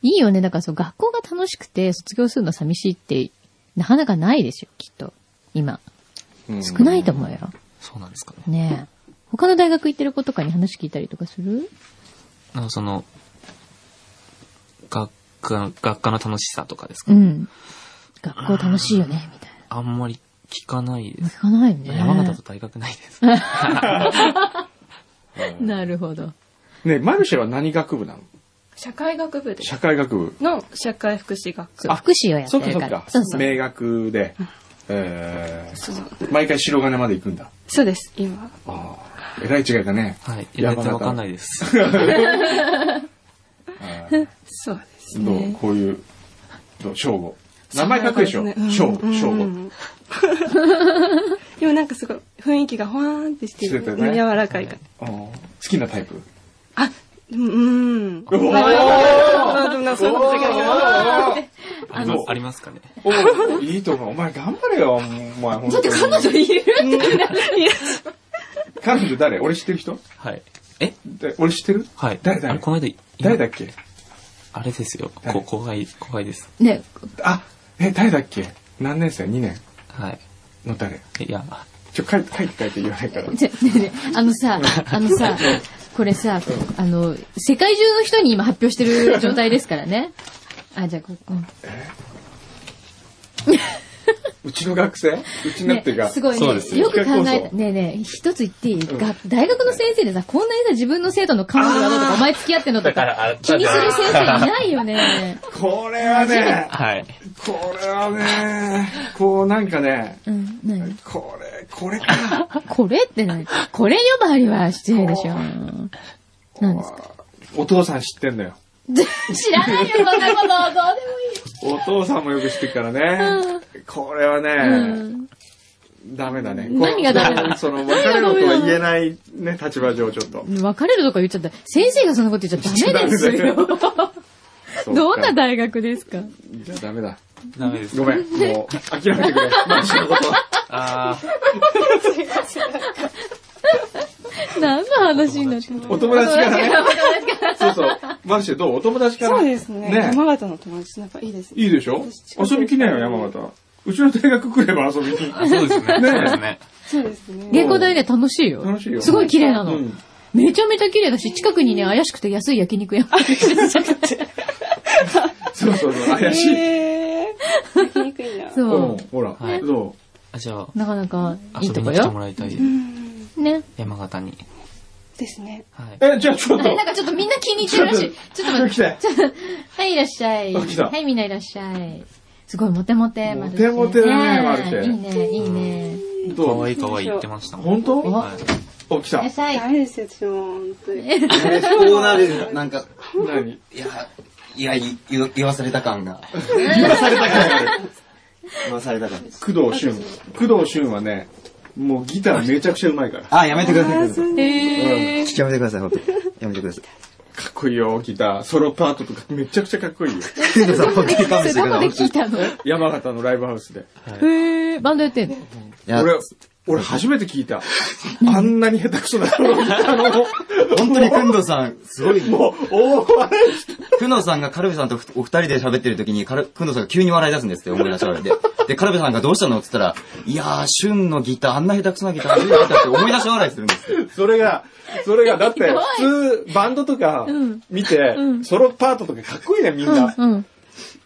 [SPEAKER 2] いいよね。だからそう、学校が楽しくて卒業するの寂しいって、なかなかないですよ、きっと。今。
[SPEAKER 1] うん
[SPEAKER 2] 少ないと思うよ。
[SPEAKER 5] そうなんですかね。
[SPEAKER 2] ねえ。他の大学行ってる子とかに話聞いたりとかする
[SPEAKER 5] なんかその、学科、学科の楽しさとかですか、
[SPEAKER 2] うん。学校楽しいよね、みたい
[SPEAKER 5] あんまり聞かないで
[SPEAKER 2] な。
[SPEAKER 5] す。
[SPEAKER 2] 聞かないね。
[SPEAKER 5] 山形と大学ないです。
[SPEAKER 2] なるほど。
[SPEAKER 1] ね、マルシェは何学部なの
[SPEAKER 4] 社会学部です
[SPEAKER 1] 社会学部。
[SPEAKER 4] の社会福祉学
[SPEAKER 2] そう
[SPEAKER 1] あ
[SPEAKER 2] 福祉をやって
[SPEAKER 1] そっか
[SPEAKER 2] る
[SPEAKER 1] そ
[SPEAKER 2] か
[SPEAKER 1] っ
[SPEAKER 2] ら
[SPEAKER 1] か。。
[SPEAKER 2] そうそう。
[SPEAKER 1] 名学で、えー
[SPEAKER 4] そう
[SPEAKER 1] 毎回白金まで行くんだ。
[SPEAKER 4] そうです今
[SPEAKER 1] ああ、えらい違いだね。
[SPEAKER 5] はい。意外とわかんないです。
[SPEAKER 1] あー
[SPEAKER 4] そうです
[SPEAKER 1] ど
[SPEAKER 4] ね
[SPEAKER 1] うこういう、どう正吾。名前書くでしょ
[SPEAKER 4] そうですねうん
[SPEAKER 1] 正吾、正
[SPEAKER 4] うんう
[SPEAKER 1] 吾。
[SPEAKER 4] ん でもなんかすごい雰囲気がほわーんってして
[SPEAKER 1] してた
[SPEAKER 4] る、
[SPEAKER 1] ね
[SPEAKER 4] 柔らかいか
[SPEAKER 1] あー
[SPEAKER 4] ら
[SPEAKER 1] 好きなタイプ
[SPEAKER 4] あでもうん
[SPEAKER 1] おー
[SPEAKER 4] あでもなんかそういうことが
[SPEAKER 5] ありますありますかね。
[SPEAKER 1] おーいいと思う。お前頑張れよ、お前。本当に
[SPEAKER 2] いる
[SPEAKER 1] 彼女誰俺知ってる人
[SPEAKER 5] はい。え
[SPEAKER 1] で俺知ってる
[SPEAKER 5] はい。
[SPEAKER 1] 誰誰
[SPEAKER 5] あれ、この間、
[SPEAKER 1] 誰だっけ
[SPEAKER 5] あれですよ。
[SPEAKER 1] 誰
[SPEAKER 5] こ後輩、後輩です。
[SPEAKER 2] ね、
[SPEAKER 1] あ、え、誰だっけ何年生 ?2 年
[SPEAKER 5] はい。
[SPEAKER 1] の誰
[SPEAKER 5] いや、
[SPEAKER 1] ちょ、書いて書いて書いて言わないから。
[SPEAKER 2] ちょねえねえあのさ、あのさ、これさ、あの、世界中の人に今発表してる状態ですからね。あ、じゃあここ。
[SPEAKER 1] うちの学生うちのっていうか、
[SPEAKER 2] ね、すごい
[SPEAKER 5] そう
[SPEAKER 2] ね
[SPEAKER 5] です
[SPEAKER 2] よく考
[SPEAKER 1] 比較
[SPEAKER 2] え
[SPEAKER 1] 構
[SPEAKER 2] た
[SPEAKER 1] 想
[SPEAKER 2] ねえねえ一つ言っていい、が大学の先生でさこんなにさ自分の生徒の彼女がどうとかお前付き合ってんのと
[SPEAKER 5] だからあ
[SPEAKER 2] か気にする先生いないよね
[SPEAKER 1] これはね、
[SPEAKER 5] はい。
[SPEAKER 1] これはね、こうなんかね、
[SPEAKER 2] うん何
[SPEAKER 1] これ、これか。
[SPEAKER 2] これって何これ呼ばわりは失礼でしょ何ですか
[SPEAKER 1] お父さん知ってんだよ。
[SPEAKER 2] 知らないよこんなことどうでもいいよ
[SPEAKER 1] お父さんもよく知ってるからね。これは
[SPEAKER 2] う
[SPEAKER 1] ね、ダメだね。こ
[SPEAKER 2] 何がダメなの
[SPEAKER 1] その、別れろとは言えないね、立場上ちょっと。
[SPEAKER 2] 別れるとか言っちゃった先生がそんなこと言っちゃダメです
[SPEAKER 1] ダメだ
[SPEAKER 2] よ
[SPEAKER 1] そうか
[SPEAKER 2] どんな大学ですか
[SPEAKER 1] じゃあダメだ。
[SPEAKER 5] ダメです。
[SPEAKER 1] ご めん、もう、諦めてくれ。マジのことは。
[SPEAKER 5] あー
[SPEAKER 2] 何の話になってる
[SPEAKER 1] お友達 からね。そうそう。マルシェどうお友達から。
[SPEAKER 4] そうですね山形の友達なんかいいですね
[SPEAKER 1] いいでしょ遊び来ないよ、山形。うちの大学来れば遊び に。
[SPEAKER 5] あそうですね。
[SPEAKER 1] ねえ
[SPEAKER 5] そうですね。
[SPEAKER 4] そうですね
[SPEAKER 2] 芸工大ね、楽しいよ。
[SPEAKER 1] 楽しいよ
[SPEAKER 2] すごい綺麗なの。
[SPEAKER 1] うん
[SPEAKER 2] めちゃめちゃ綺麗だし、近くにね、怪しくて安い焼肉屋。
[SPEAKER 1] そうそうそう、怪しい。
[SPEAKER 4] えー行きにくい な
[SPEAKER 1] う
[SPEAKER 2] そ
[SPEAKER 1] ん、ほら、
[SPEAKER 5] はい
[SPEAKER 1] そ。。
[SPEAKER 5] あじゃあ
[SPEAKER 2] う。、なかなかいい
[SPEAKER 5] 遊
[SPEAKER 2] と
[SPEAKER 5] び
[SPEAKER 2] こ
[SPEAKER 5] に来ても
[SPEAKER 2] よ。
[SPEAKER 5] らいたい。
[SPEAKER 4] うん
[SPEAKER 2] ね。
[SPEAKER 5] 山形に。
[SPEAKER 4] ですね
[SPEAKER 5] はいう
[SPEAKER 1] え、じゃあちょっ
[SPEAKER 2] あ
[SPEAKER 1] と
[SPEAKER 2] れ、なん。かちょっとみんな気に入ってるらしい。ちょっと待
[SPEAKER 1] 来て。
[SPEAKER 2] って。はい、いらっしゃい。
[SPEAKER 1] あ来た
[SPEAKER 2] はい、みんないらっしゃい。すごい、モテモテ、
[SPEAKER 1] モテモテだねマルシェ
[SPEAKER 2] いいね、いいね。
[SPEAKER 5] か
[SPEAKER 1] ど
[SPEAKER 5] わ
[SPEAKER 1] う
[SPEAKER 5] いいかわいい言ってましたもん。
[SPEAKER 1] 本当
[SPEAKER 5] はい。
[SPEAKER 1] お、来
[SPEAKER 2] い
[SPEAKER 1] た
[SPEAKER 2] らっ。しゃい。
[SPEAKER 4] ダメですよ私も本当に
[SPEAKER 3] こうなるのなんか、
[SPEAKER 1] 何
[SPEAKER 3] いや、いや、い言わ言わされた感 が。言わされた感です。
[SPEAKER 1] 工藤俊。工藤俊はね、もうギターめちゃくちゃうまいから。か
[SPEAKER 3] あ、やめてください。聞
[SPEAKER 2] えー。
[SPEAKER 3] きやめてください、本当に。やめてください。
[SPEAKER 1] っこいいよ、ギター。ソロパートとかめちゃくちゃかっこいい よ。
[SPEAKER 3] く ださい、本当に
[SPEAKER 2] そ
[SPEAKER 3] 勘弁
[SPEAKER 2] れ
[SPEAKER 3] して
[SPEAKER 2] どこ
[SPEAKER 3] くだ
[SPEAKER 2] で
[SPEAKER 3] さ
[SPEAKER 2] 聞
[SPEAKER 3] い。
[SPEAKER 2] いたのえ
[SPEAKER 1] 山形のライブハウスで。
[SPEAKER 2] ー、バンドやってんの
[SPEAKER 3] いや、
[SPEAKER 1] 俺、俺初めて聞いた。あんなに下手くそなソロギターの。
[SPEAKER 3] 本当にくんどさん、すごい。
[SPEAKER 1] もう、大笑いして
[SPEAKER 3] くのさんがカルベさんとお二人で喋ってる時に、カルくのさんが急に笑い出すんですって思い出しられて。で、カルベさんがどうしたのって言ったら、いやー、旬のギター、あんな下手くそなギター初めて見たって思い出し笑いするんですよ。
[SPEAKER 1] それが、それが、だって、普通、バンドとか見て、ソロパートとかかっこいいね、みんな。
[SPEAKER 2] うん。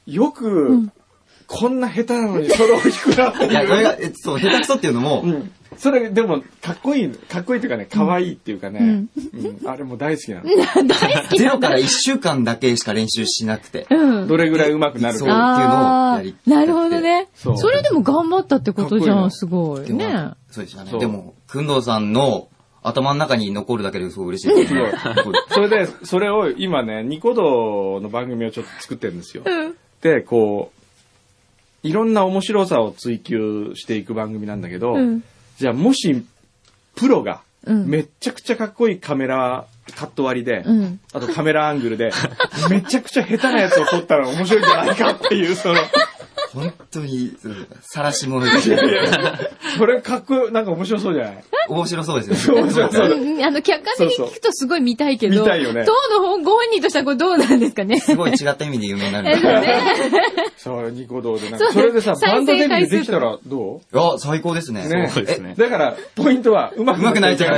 [SPEAKER 1] よく、こんな下手なのにソロを弾くなって
[SPEAKER 3] いや、それ
[SPEAKER 1] いう。
[SPEAKER 3] が、えそう、下手くそっていうのも、
[SPEAKER 1] うん。それ、でも、かっこいい、かっこいいというかね、可愛いっていうかね、うんあれもう大好きなの。
[SPEAKER 3] ゼロから一週間だけしか練習しなくて。
[SPEAKER 2] うん。
[SPEAKER 1] どれぐらい上手くなる
[SPEAKER 3] そうっていう
[SPEAKER 1] か。
[SPEAKER 3] のを
[SPEAKER 2] あ
[SPEAKER 3] やり
[SPEAKER 2] ーなるほどね。
[SPEAKER 1] そう
[SPEAKER 2] それでも頑張ったってことじゃん、
[SPEAKER 1] か
[SPEAKER 2] すごい。
[SPEAKER 3] でも
[SPEAKER 2] ね。
[SPEAKER 3] そうでしたね
[SPEAKER 1] そ。う
[SPEAKER 3] でも、くんどうさんの頭の中に残るだけですごい嬉しいですね。
[SPEAKER 1] す
[SPEAKER 3] 残る
[SPEAKER 1] それで、それを今ね、ニコ動の番組をちょっと作ってるんですよ。で、こう、いろんな面白さを追求していく番組なんだけど、
[SPEAKER 2] うん
[SPEAKER 1] じゃあもし、プロが、
[SPEAKER 2] うん
[SPEAKER 1] めっちゃくちゃかっこいいカメラカット割りで、
[SPEAKER 2] うん
[SPEAKER 1] あとカメラアングルで、めちゃくちゃ下手なやつを撮ったら面白いんじゃないかっていう、その、
[SPEAKER 3] 本当に、さらし者ですね。
[SPEAKER 1] それかっこよ、なんか面白そうじゃない
[SPEAKER 3] 面白そうですよね。
[SPEAKER 1] 面白そうう。
[SPEAKER 2] んうんあの、客観的に聞くとすごい見たいけど。
[SPEAKER 1] そうそう見たいよね
[SPEAKER 2] 当の本、ご本人としてはこれどうなんですかね。
[SPEAKER 3] すごい違った意味で有名になるんで。
[SPEAKER 2] ね
[SPEAKER 1] そう、ニコ動でなんか。そ
[SPEAKER 2] そう
[SPEAKER 1] れでさ、
[SPEAKER 2] 再生
[SPEAKER 1] バンドデビュ
[SPEAKER 2] 回
[SPEAKER 1] ー
[SPEAKER 2] 数とか
[SPEAKER 1] できたらどう
[SPEAKER 3] あ、最高ですね。
[SPEAKER 1] ね
[SPEAKER 5] そうですね。
[SPEAKER 1] だから、ポイントは、うま
[SPEAKER 3] うまくなりたい
[SPEAKER 1] い。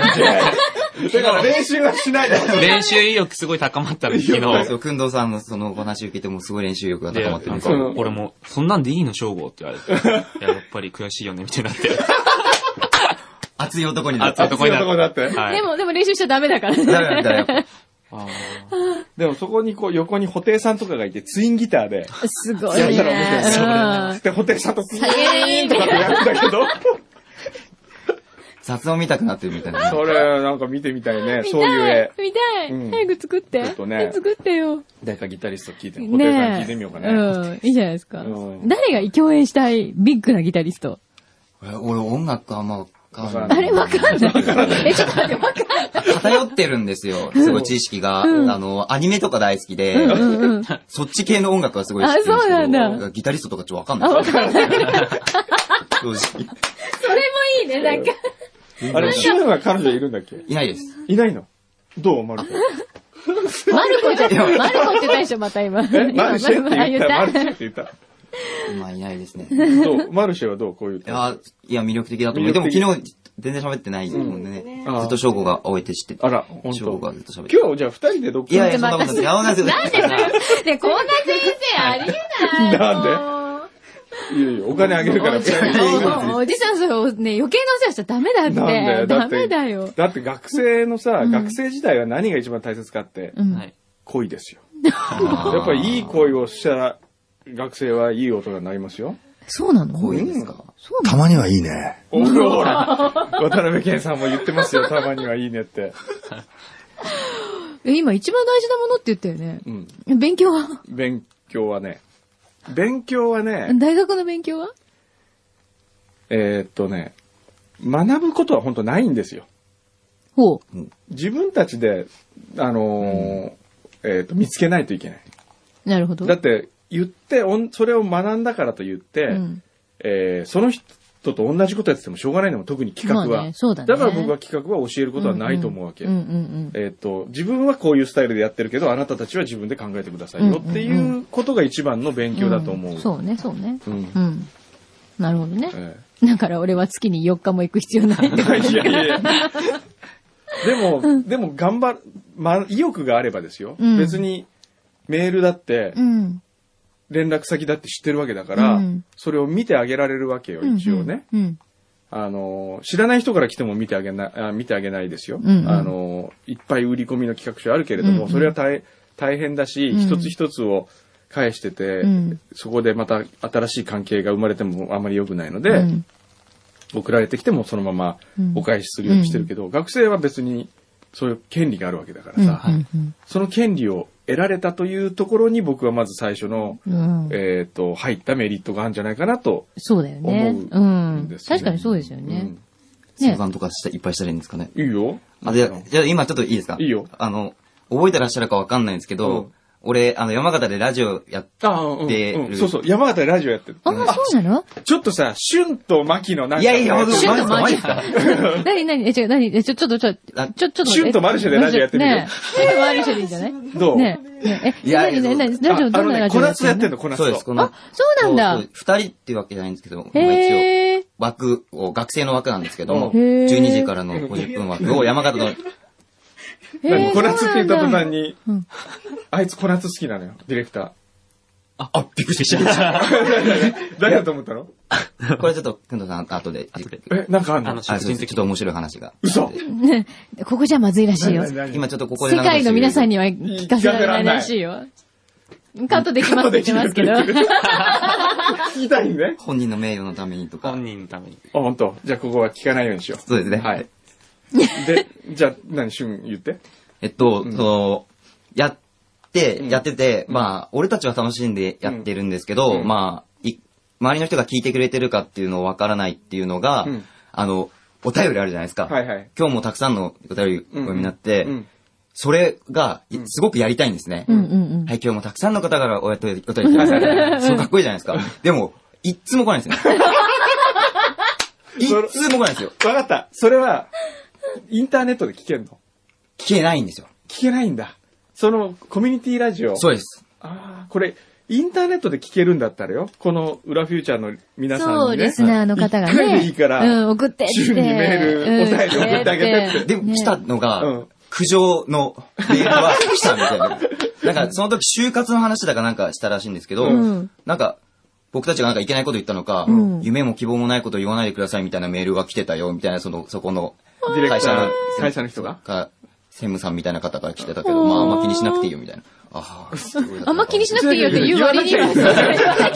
[SPEAKER 1] だから練習はしないでほしい。
[SPEAKER 5] 練習意欲すごい高まったの、昨
[SPEAKER 3] そう
[SPEAKER 5] 日
[SPEAKER 3] そ。う、くんどうさんのそのお話受けてもすごい練習力が
[SPEAKER 5] で、
[SPEAKER 3] 高
[SPEAKER 5] な
[SPEAKER 3] まってるん
[SPEAKER 5] ん
[SPEAKER 3] で
[SPEAKER 5] か
[SPEAKER 3] すよ。
[SPEAKER 1] うん
[SPEAKER 5] 俺も、そんなんでいいの、正吾って言われて。いや、やっぱり悔しいよね、みたいになって。
[SPEAKER 3] 熱い男になっ
[SPEAKER 5] 熱
[SPEAKER 3] た。
[SPEAKER 5] い
[SPEAKER 3] ダ
[SPEAKER 5] とこに
[SPEAKER 1] 熱い男にな
[SPEAKER 5] な
[SPEAKER 1] っ
[SPEAKER 5] ってて。はい
[SPEAKER 2] でも、でも練習しちゃダメだからね。
[SPEAKER 3] メだ、ダメだ。
[SPEAKER 5] あ
[SPEAKER 1] でもそこにこう横に布袋さんとかがいて、ツインギターで、
[SPEAKER 2] すごい
[SPEAKER 1] や
[SPEAKER 2] ね。
[SPEAKER 1] ったら面白い
[SPEAKER 2] うん
[SPEAKER 1] で、布袋さんとピー
[SPEAKER 2] 下げーん
[SPEAKER 1] とかってやるんだけど、
[SPEAKER 3] 雑音見たくなってるみたいなね。
[SPEAKER 1] それなんか見てみたいね、
[SPEAKER 2] 見
[SPEAKER 1] そういう
[SPEAKER 2] たい
[SPEAKER 1] 絵。
[SPEAKER 2] 見た
[SPEAKER 1] うん
[SPEAKER 2] い早く作って
[SPEAKER 1] ちょっとね
[SPEAKER 2] 作ってよ。
[SPEAKER 1] 誰かギタリスト聞いて、布袋さん聞い
[SPEAKER 2] ね
[SPEAKER 1] てみようかね。
[SPEAKER 2] うん。いいじゃないですか
[SPEAKER 1] う。ん
[SPEAKER 2] 誰が共演したいビッグなギタリスト。
[SPEAKER 3] え俺音楽あんまわかん ない。
[SPEAKER 1] あれ
[SPEAKER 2] わかんない。え、ちょっと待って、わかんない。
[SPEAKER 3] 偏ってるんですよ。すごい知識が。あの、アニメとか大好きで、
[SPEAKER 2] うんうん。
[SPEAKER 3] そっち系の音楽はすごい好きですけど。
[SPEAKER 2] あそうなんだ
[SPEAKER 3] ギタリストとかちょっとわかん
[SPEAKER 2] あ、
[SPEAKER 3] ない
[SPEAKER 2] わかんない。
[SPEAKER 3] 正直
[SPEAKER 2] それもいいね、なんか。
[SPEAKER 1] あれ、シュンは彼女いるんだっけ
[SPEAKER 3] いないです。
[SPEAKER 1] いないのどうマ ルコ。
[SPEAKER 2] マルコじゃん、マルコって大将また今。
[SPEAKER 1] え、
[SPEAKER 2] 今
[SPEAKER 1] マルシェって言った。マルシェって言った。
[SPEAKER 3] まあ、いないですね。
[SPEAKER 1] どうマルシェはどうこういう
[SPEAKER 3] い
[SPEAKER 1] と。
[SPEAKER 3] や、いや、魅力的だと思う。
[SPEAKER 1] 魅
[SPEAKER 3] でも
[SPEAKER 1] 力的
[SPEAKER 3] 昨日、全然喋ってないもんでね。
[SPEAKER 1] うん
[SPEAKER 3] ずっと翔吾が終えて知ってて
[SPEAKER 1] あら、本
[SPEAKER 3] 翔吾
[SPEAKER 1] 当。
[SPEAKER 3] がずっ
[SPEAKER 1] 今
[SPEAKER 3] と喋って
[SPEAKER 1] 日はじゃあ二人でどっか
[SPEAKER 3] いやいや、そんなことないです。やばないですよ。
[SPEAKER 2] なんでだよ。ね、こんな先生ありえない。
[SPEAKER 1] なんで
[SPEAKER 2] もう
[SPEAKER 1] いやいや、お金あげるから
[SPEAKER 2] おじさん
[SPEAKER 1] 二人でいいの
[SPEAKER 2] おじさん、それをね、余計なお世話しちゃダメだっ
[SPEAKER 1] なんだよ。
[SPEAKER 2] て。
[SPEAKER 1] だっ
[SPEAKER 2] ダ
[SPEAKER 1] て、
[SPEAKER 2] メだよ。
[SPEAKER 1] だって学生のさ、
[SPEAKER 2] うん
[SPEAKER 1] 学生時代は何が一番大切かって、
[SPEAKER 2] うん
[SPEAKER 5] ーはい。
[SPEAKER 1] 恋 ですよ。
[SPEAKER 3] や
[SPEAKER 1] やっぱりいい恋をしたら、学生はいい大人になりますよ。
[SPEAKER 2] そうなの
[SPEAKER 3] 多いですか。
[SPEAKER 6] たまにはいいね。
[SPEAKER 1] お ほら渡辺謙さんも言ってますよ、たまにはいいねって。
[SPEAKER 2] え、今一番大事なものって言ったよね。
[SPEAKER 1] うん。
[SPEAKER 2] 勉強は
[SPEAKER 1] 勉強はね。勉強はね、
[SPEAKER 2] 大学の勉強は
[SPEAKER 1] えーっとね、学ぶことは本当ないんですよ。
[SPEAKER 2] ほう。
[SPEAKER 1] 自分たちで、あのーえーっと、見つけないといけない。
[SPEAKER 2] なるほど。
[SPEAKER 1] だって、言って、おんそれを学んだからと言って、
[SPEAKER 2] うん。
[SPEAKER 1] えーその人と同じことやっててもしょうがないのも特に企画
[SPEAKER 2] ま
[SPEAKER 1] は。
[SPEAKER 2] あねそうだね
[SPEAKER 1] から僕は企画は教えることはないと思うわけ。
[SPEAKER 2] うんうん
[SPEAKER 1] えっと、自分はこういうスタイルでやってるけど、あなたたちは自分で考えてくださいよ
[SPEAKER 2] うんうんうん
[SPEAKER 1] っていうことが一番の勉
[SPEAKER 2] うん。
[SPEAKER 1] 強だと思う。
[SPEAKER 2] んそうね、そうね。
[SPEAKER 1] うん。
[SPEAKER 2] うん。なるほどね。
[SPEAKER 1] え
[SPEAKER 2] だから俺は月に4日も行く必要ないって
[SPEAKER 1] え いやいやいや。でも、でも頑張る、ま、意欲があればですよ。
[SPEAKER 2] うん
[SPEAKER 1] 別に、メールだって
[SPEAKER 2] う、ん。
[SPEAKER 1] 連絡先だって知ってるわけだから、
[SPEAKER 2] うん
[SPEAKER 1] それを見てあげられるわけよ、一応ね。
[SPEAKER 2] うん。
[SPEAKER 1] あの、知らない人から来ても見てあげない、あ見てあげないですよ。
[SPEAKER 2] うんうん
[SPEAKER 1] あの、いっぱい売り込みの企画書あるけれども、
[SPEAKER 2] うんうん
[SPEAKER 1] それは大大変だし、
[SPEAKER 2] うん
[SPEAKER 1] 一つ一つを返してて、
[SPEAKER 2] うん
[SPEAKER 1] そこでまた新しい関係が生まれてもあまり良くないので、
[SPEAKER 2] うん
[SPEAKER 1] 送られてきてもそのまま
[SPEAKER 2] うん
[SPEAKER 1] お返しするようにしてるけど、学生は別にそういう権利があるわけだからさ、
[SPEAKER 2] うんうん
[SPEAKER 1] その権利を得られたというところに僕はまず最初の、
[SPEAKER 2] うんうん
[SPEAKER 1] えっ、と、入ったメリットがあるんじゃないかなと
[SPEAKER 2] そうだよ
[SPEAKER 1] 思う
[SPEAKER 2] ね
[SPEAKER 1] ん。です
[SPEAKER 2] う
[SPEAKER 1] よね。
[SPEAKER 2] ん。確かにそうですよね。
[SPEAKER 3] 相
[SPEAKER 2] ね。
[SPEAKER 3] 談とかしたいっぱいしたらいいんですかね。
[SPEAKER 1] うん。いいよ。
[SPEAKER 3] あ、じゃあ、じゃあ今ちょっといいですか
[SPEAKER 1] いいよ
[SPEAKER 3] あの、覚えてらっしゃるかわかんないんです
[SPEAKER 1] う
[SPEAKER 3] けど
[SPEAKER 1] ん、
[SPEAKER 3] 俺、あの、山形でラジオやっ
[SPEAKER 1] あ、うん、
[SPEAKER 3] で
[SPEAKER 1] うん。そうそう、山形でラジオやってる。
[SPEAKER 2] ああ、そうな の
[SPEAKER 1] ちょっとさ、旬と牧のなんか、
[SPEAKER 3] いやいや、
[SPEAKER 1] ね
[SPEAKER 3] マジです
[SPEAKER 2] シュ
[SPEAKER 3] か
[SPEAKER 2] ンとマ
[SPEAKER 3] マ
[SPEAKER 2] ジ
[SPEAKER 3] ジ
[SPEAKER 2] で
[SPEAKER 3] ですか
[SPEAKER 2] 何何え、違う、何え、ちょ、ちょっと、ちょ、ちょ、
[SPEAKER 3] あ
[SPEAKER 2] ちょ、ちょっと待って。
[SPEAKER 1] シュンとマルシェでラジオやってみる
[SPEAKER 2] ねえ。シュンとマルシェでいいんじゃないね
[SPEAKER 1] どう、
[SPEAKER 2] え。ねえ。
[SPEAKER 3] い
[SPEAKER 2] え、
[SPEAKER 3] や
[SPEAKER 2] 何何何
[SPEAKER 1] あ
[SPEAKER 2] ラジオ、どんな
[SPEAKER 1] あの
[SPEAKER 2] ラ
[SPEAKER 1] ね、
[SPEAKER 2] ジオ
[SPEAKER 1] 小夏やってん
[SPEAKER 2] の
[SPEAKER 1] の、小夏と。
[SPEAKER 3] そうです、この。
[SPEAKER 2] そうなんだ
[SPEAKER 3] そう。そう二人っていうわけじゃないんですけど、まあ一応
[SPEAKER 2] へえ。
[SPEAKER 3] 枠を、学生の枠なんですけど
[SPEAKER 1] うん
[SPEAKER 3] も、
[SPEAKER 2] へー
[SPEAKER 3] 12時からの50分枠を山形の、
[SPEAKER 2] へ
[SPEAKER 1] 何
[SPEAKER 2] え。
[SPEAKER 1] 小夏って言った
[SPEAKER 2] そう
[SPEAKER 1] 途
[SPEAKER 2] なんだ
[SPEAKER 1] 端に、
[SPEAKER 2] うん
[SPEAKER 1] あいつ小夏好きなのよ、ディレクタ
[SPEAKER 5] あ、あ、びっくりした。
[SPEAKER 1] ー。誰だと思ったの
[SPEAKER 3] これちょっと、くんどさん後で、
[SPEAKER 5] 後で
[SPEAKER 1] え、なん かあん
[SPEAKER 5] あ
[SPEAKER 1] の
[SPEAKER 5] の
[SPEAKER 3] あ、そうですちょっと面白い話が。
[SPEAKER 1] 嘘
[SPEAKER 2] ねここじゃまずいらしいよ。
[SPEAKER 1] 何何
[SPEAKER 3] 今ちょっとここで
[SPEAKER 2] 世
[SPEAKER 3] 流してる
[SPEAKER 2] 界の皆さんには聞かせられないらしいよ。カットできますって言ってますけど。
[SPEAKER 1] 聞きたいね。
[SPEAKER 3] 本人の名誉のためにとか
[SPEAKER 5] 本。人のために。
[SPEAKER 1] あ、本当。じゃあここは聞かないようにしよう。
[SPEAKER 3] そうですね。
[SPEAKER 1] はい。で、じゃあ、何、旬言って。
[SPEAKER 3] えっと、
[SPEAKER 1] ん
[SPEAKER 3] その、やって
[SPEAKER 1] う、ん
[SPEAKER 3] やってて、まあ、俺たちは楽しんでやってるんですけど、
[SPEAKER 1] うん
[SPEAKER 3] まあ、い周りの人が聞いてくれてるかっていうのをわからないっていうのが、
[SPEAKER 1] うん
[SPEAKER 3] あの、お便りあるじゃないですか。
[SPEAKER 1] はいはい。
[SPEAKER 3] 今日もたくさんのお便りを読みなって、
[SPEAKER 1] うん。
[SPEAKER 3] それが、いすごくやりたいんですね。
[SPEAKER 2] うんうんうん。
[SPEAKER 3] はい、今日もたくさんの方からお便りお便りくださ い。そうかっこいいじゃないですか。でも、いっつも来ないん ですよね。いっつも来ないんですよ。
[SPEAKER 1] わかった。それは、インターネットで聞けるの
[SPEAKER 3] 聞けないんですよ。
[SPEAKER 1] 聞けないんだ。その、コミュニティラジオ。
[SPEAKER 3] そうです。
[SPEAKER 1] ああ、これ、インターネットで聞けるんだったらよ、この裏フューチャーの皆さんに、ね。
[SPEAKER 2] そう、リスナーの方が
[SPEAKER 1] 一回
[SPEAKER 2] ね。
[SPEAKER 1] でいいから
[SPEAKER 2] うん、送ってって。
[SPEAKER 1] 週にメール
[SPEAKER 2] うん
[SPEAKER 1] お便り送ってあげてって
[SPEAKER 3] で、
[SPEAKER 2] ね
[SPEAKER 3] 来たの
[SPEAKER 1] う
[SPEAKER 3] が
[SPEAKER 1] ん、
[SPEAKER 3] 苦情のメールは来たみた いな。なんか、その時、就活の話だかなんかしたらしいんですけ
[SPEAKER 2] う
[SPEAKER 3] ど、
[SPEAKER 2] ん
[SPEAKER 3] なんか、僕たちがなんかいけないこと言ったのか、
[SPEAKER 2] うん
[SPEAKER 3] 夢も希望もないこと言わないでくださいみたいなメールが来てたよ、みたいな、その、そこの、
[SPEAKER 1] ディレクター
[SPEAKER 3] の、
[SPEAKER 1] 会社の人が。
[SPEAKER 3] か、専務さんみたいな方から来てたけど、まあ、あんま気にしなくていいよ、みたいな。ああ、すごい
[SPEAKER 2] あんま気にしなくていいよって言う割には。
[SPEAKER 1] 言わ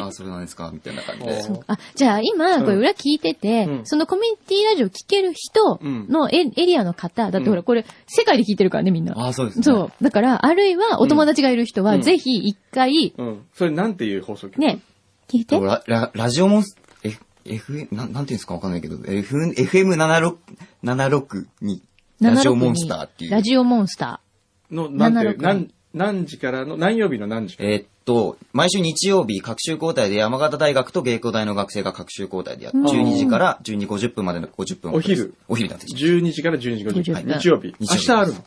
[SPEAKER 3] ああ、そうなんですか、みたいな感じで。
[SPEAKER 1] そう
[SPEAKER 2] あ、じゃあ今、
[SPEAKER 1] ん
[SPEAKER 2] これ裏聞いてて、
[SPEAKER 1] うん
[SPEAKER 2] そのコミュニティラジオ聞ける人のエ,、エリアの方、だってほら、これ、世界で聞いてるからね、みんな。
[SPEAKER 3] ああ、そうですね。
[SPEAKER 2] そう。だから、あるいは、お友達がいる人は、
[SPEAKER 1] うん
[SPEAKER 2] ぜひ一回、
[SPEAKER 1] うん。それなんていう放送局
[SPEAKER 2] ね、聞いて。
[SPEAKER 3] ラララジオモンス、F、F、なんなんていうんですかわかんないけど、F、FM76、76に、ラジオモンスターってい
[SPEAKER 2] ラ
[SPEAKER 3] う。
[SPEAKER 2] ジオモンスタ
[SPEAKER 1] の、なんていう、
[SPEAKER 2] 76
[SPEAKER 1] なん何時からの、何曜日の何時か。
[SPEAKER 3] えーっと、毎週日曜日、各週交代で山形大学と芸工大の学生が各週交代でやって、
[SPEAKER 2] うん
[SPEAKER 3] 12時から12時50分までの50分
[SPEAKER 1] お昼。
[SPEAKER 3] お昼なんです。
[SPEAKER 1] 12時から12時50
[SPEAKER 2] 50
[SPEAKER 1] 分。
[SPEAKER 2] 分
[SPEAKER 1] 日曜日。
[SPEAKER 3] 日
[SPEAKER 1] 明
[SPEAKER 3] 曜日
[SPEAKER 1] 日あるの。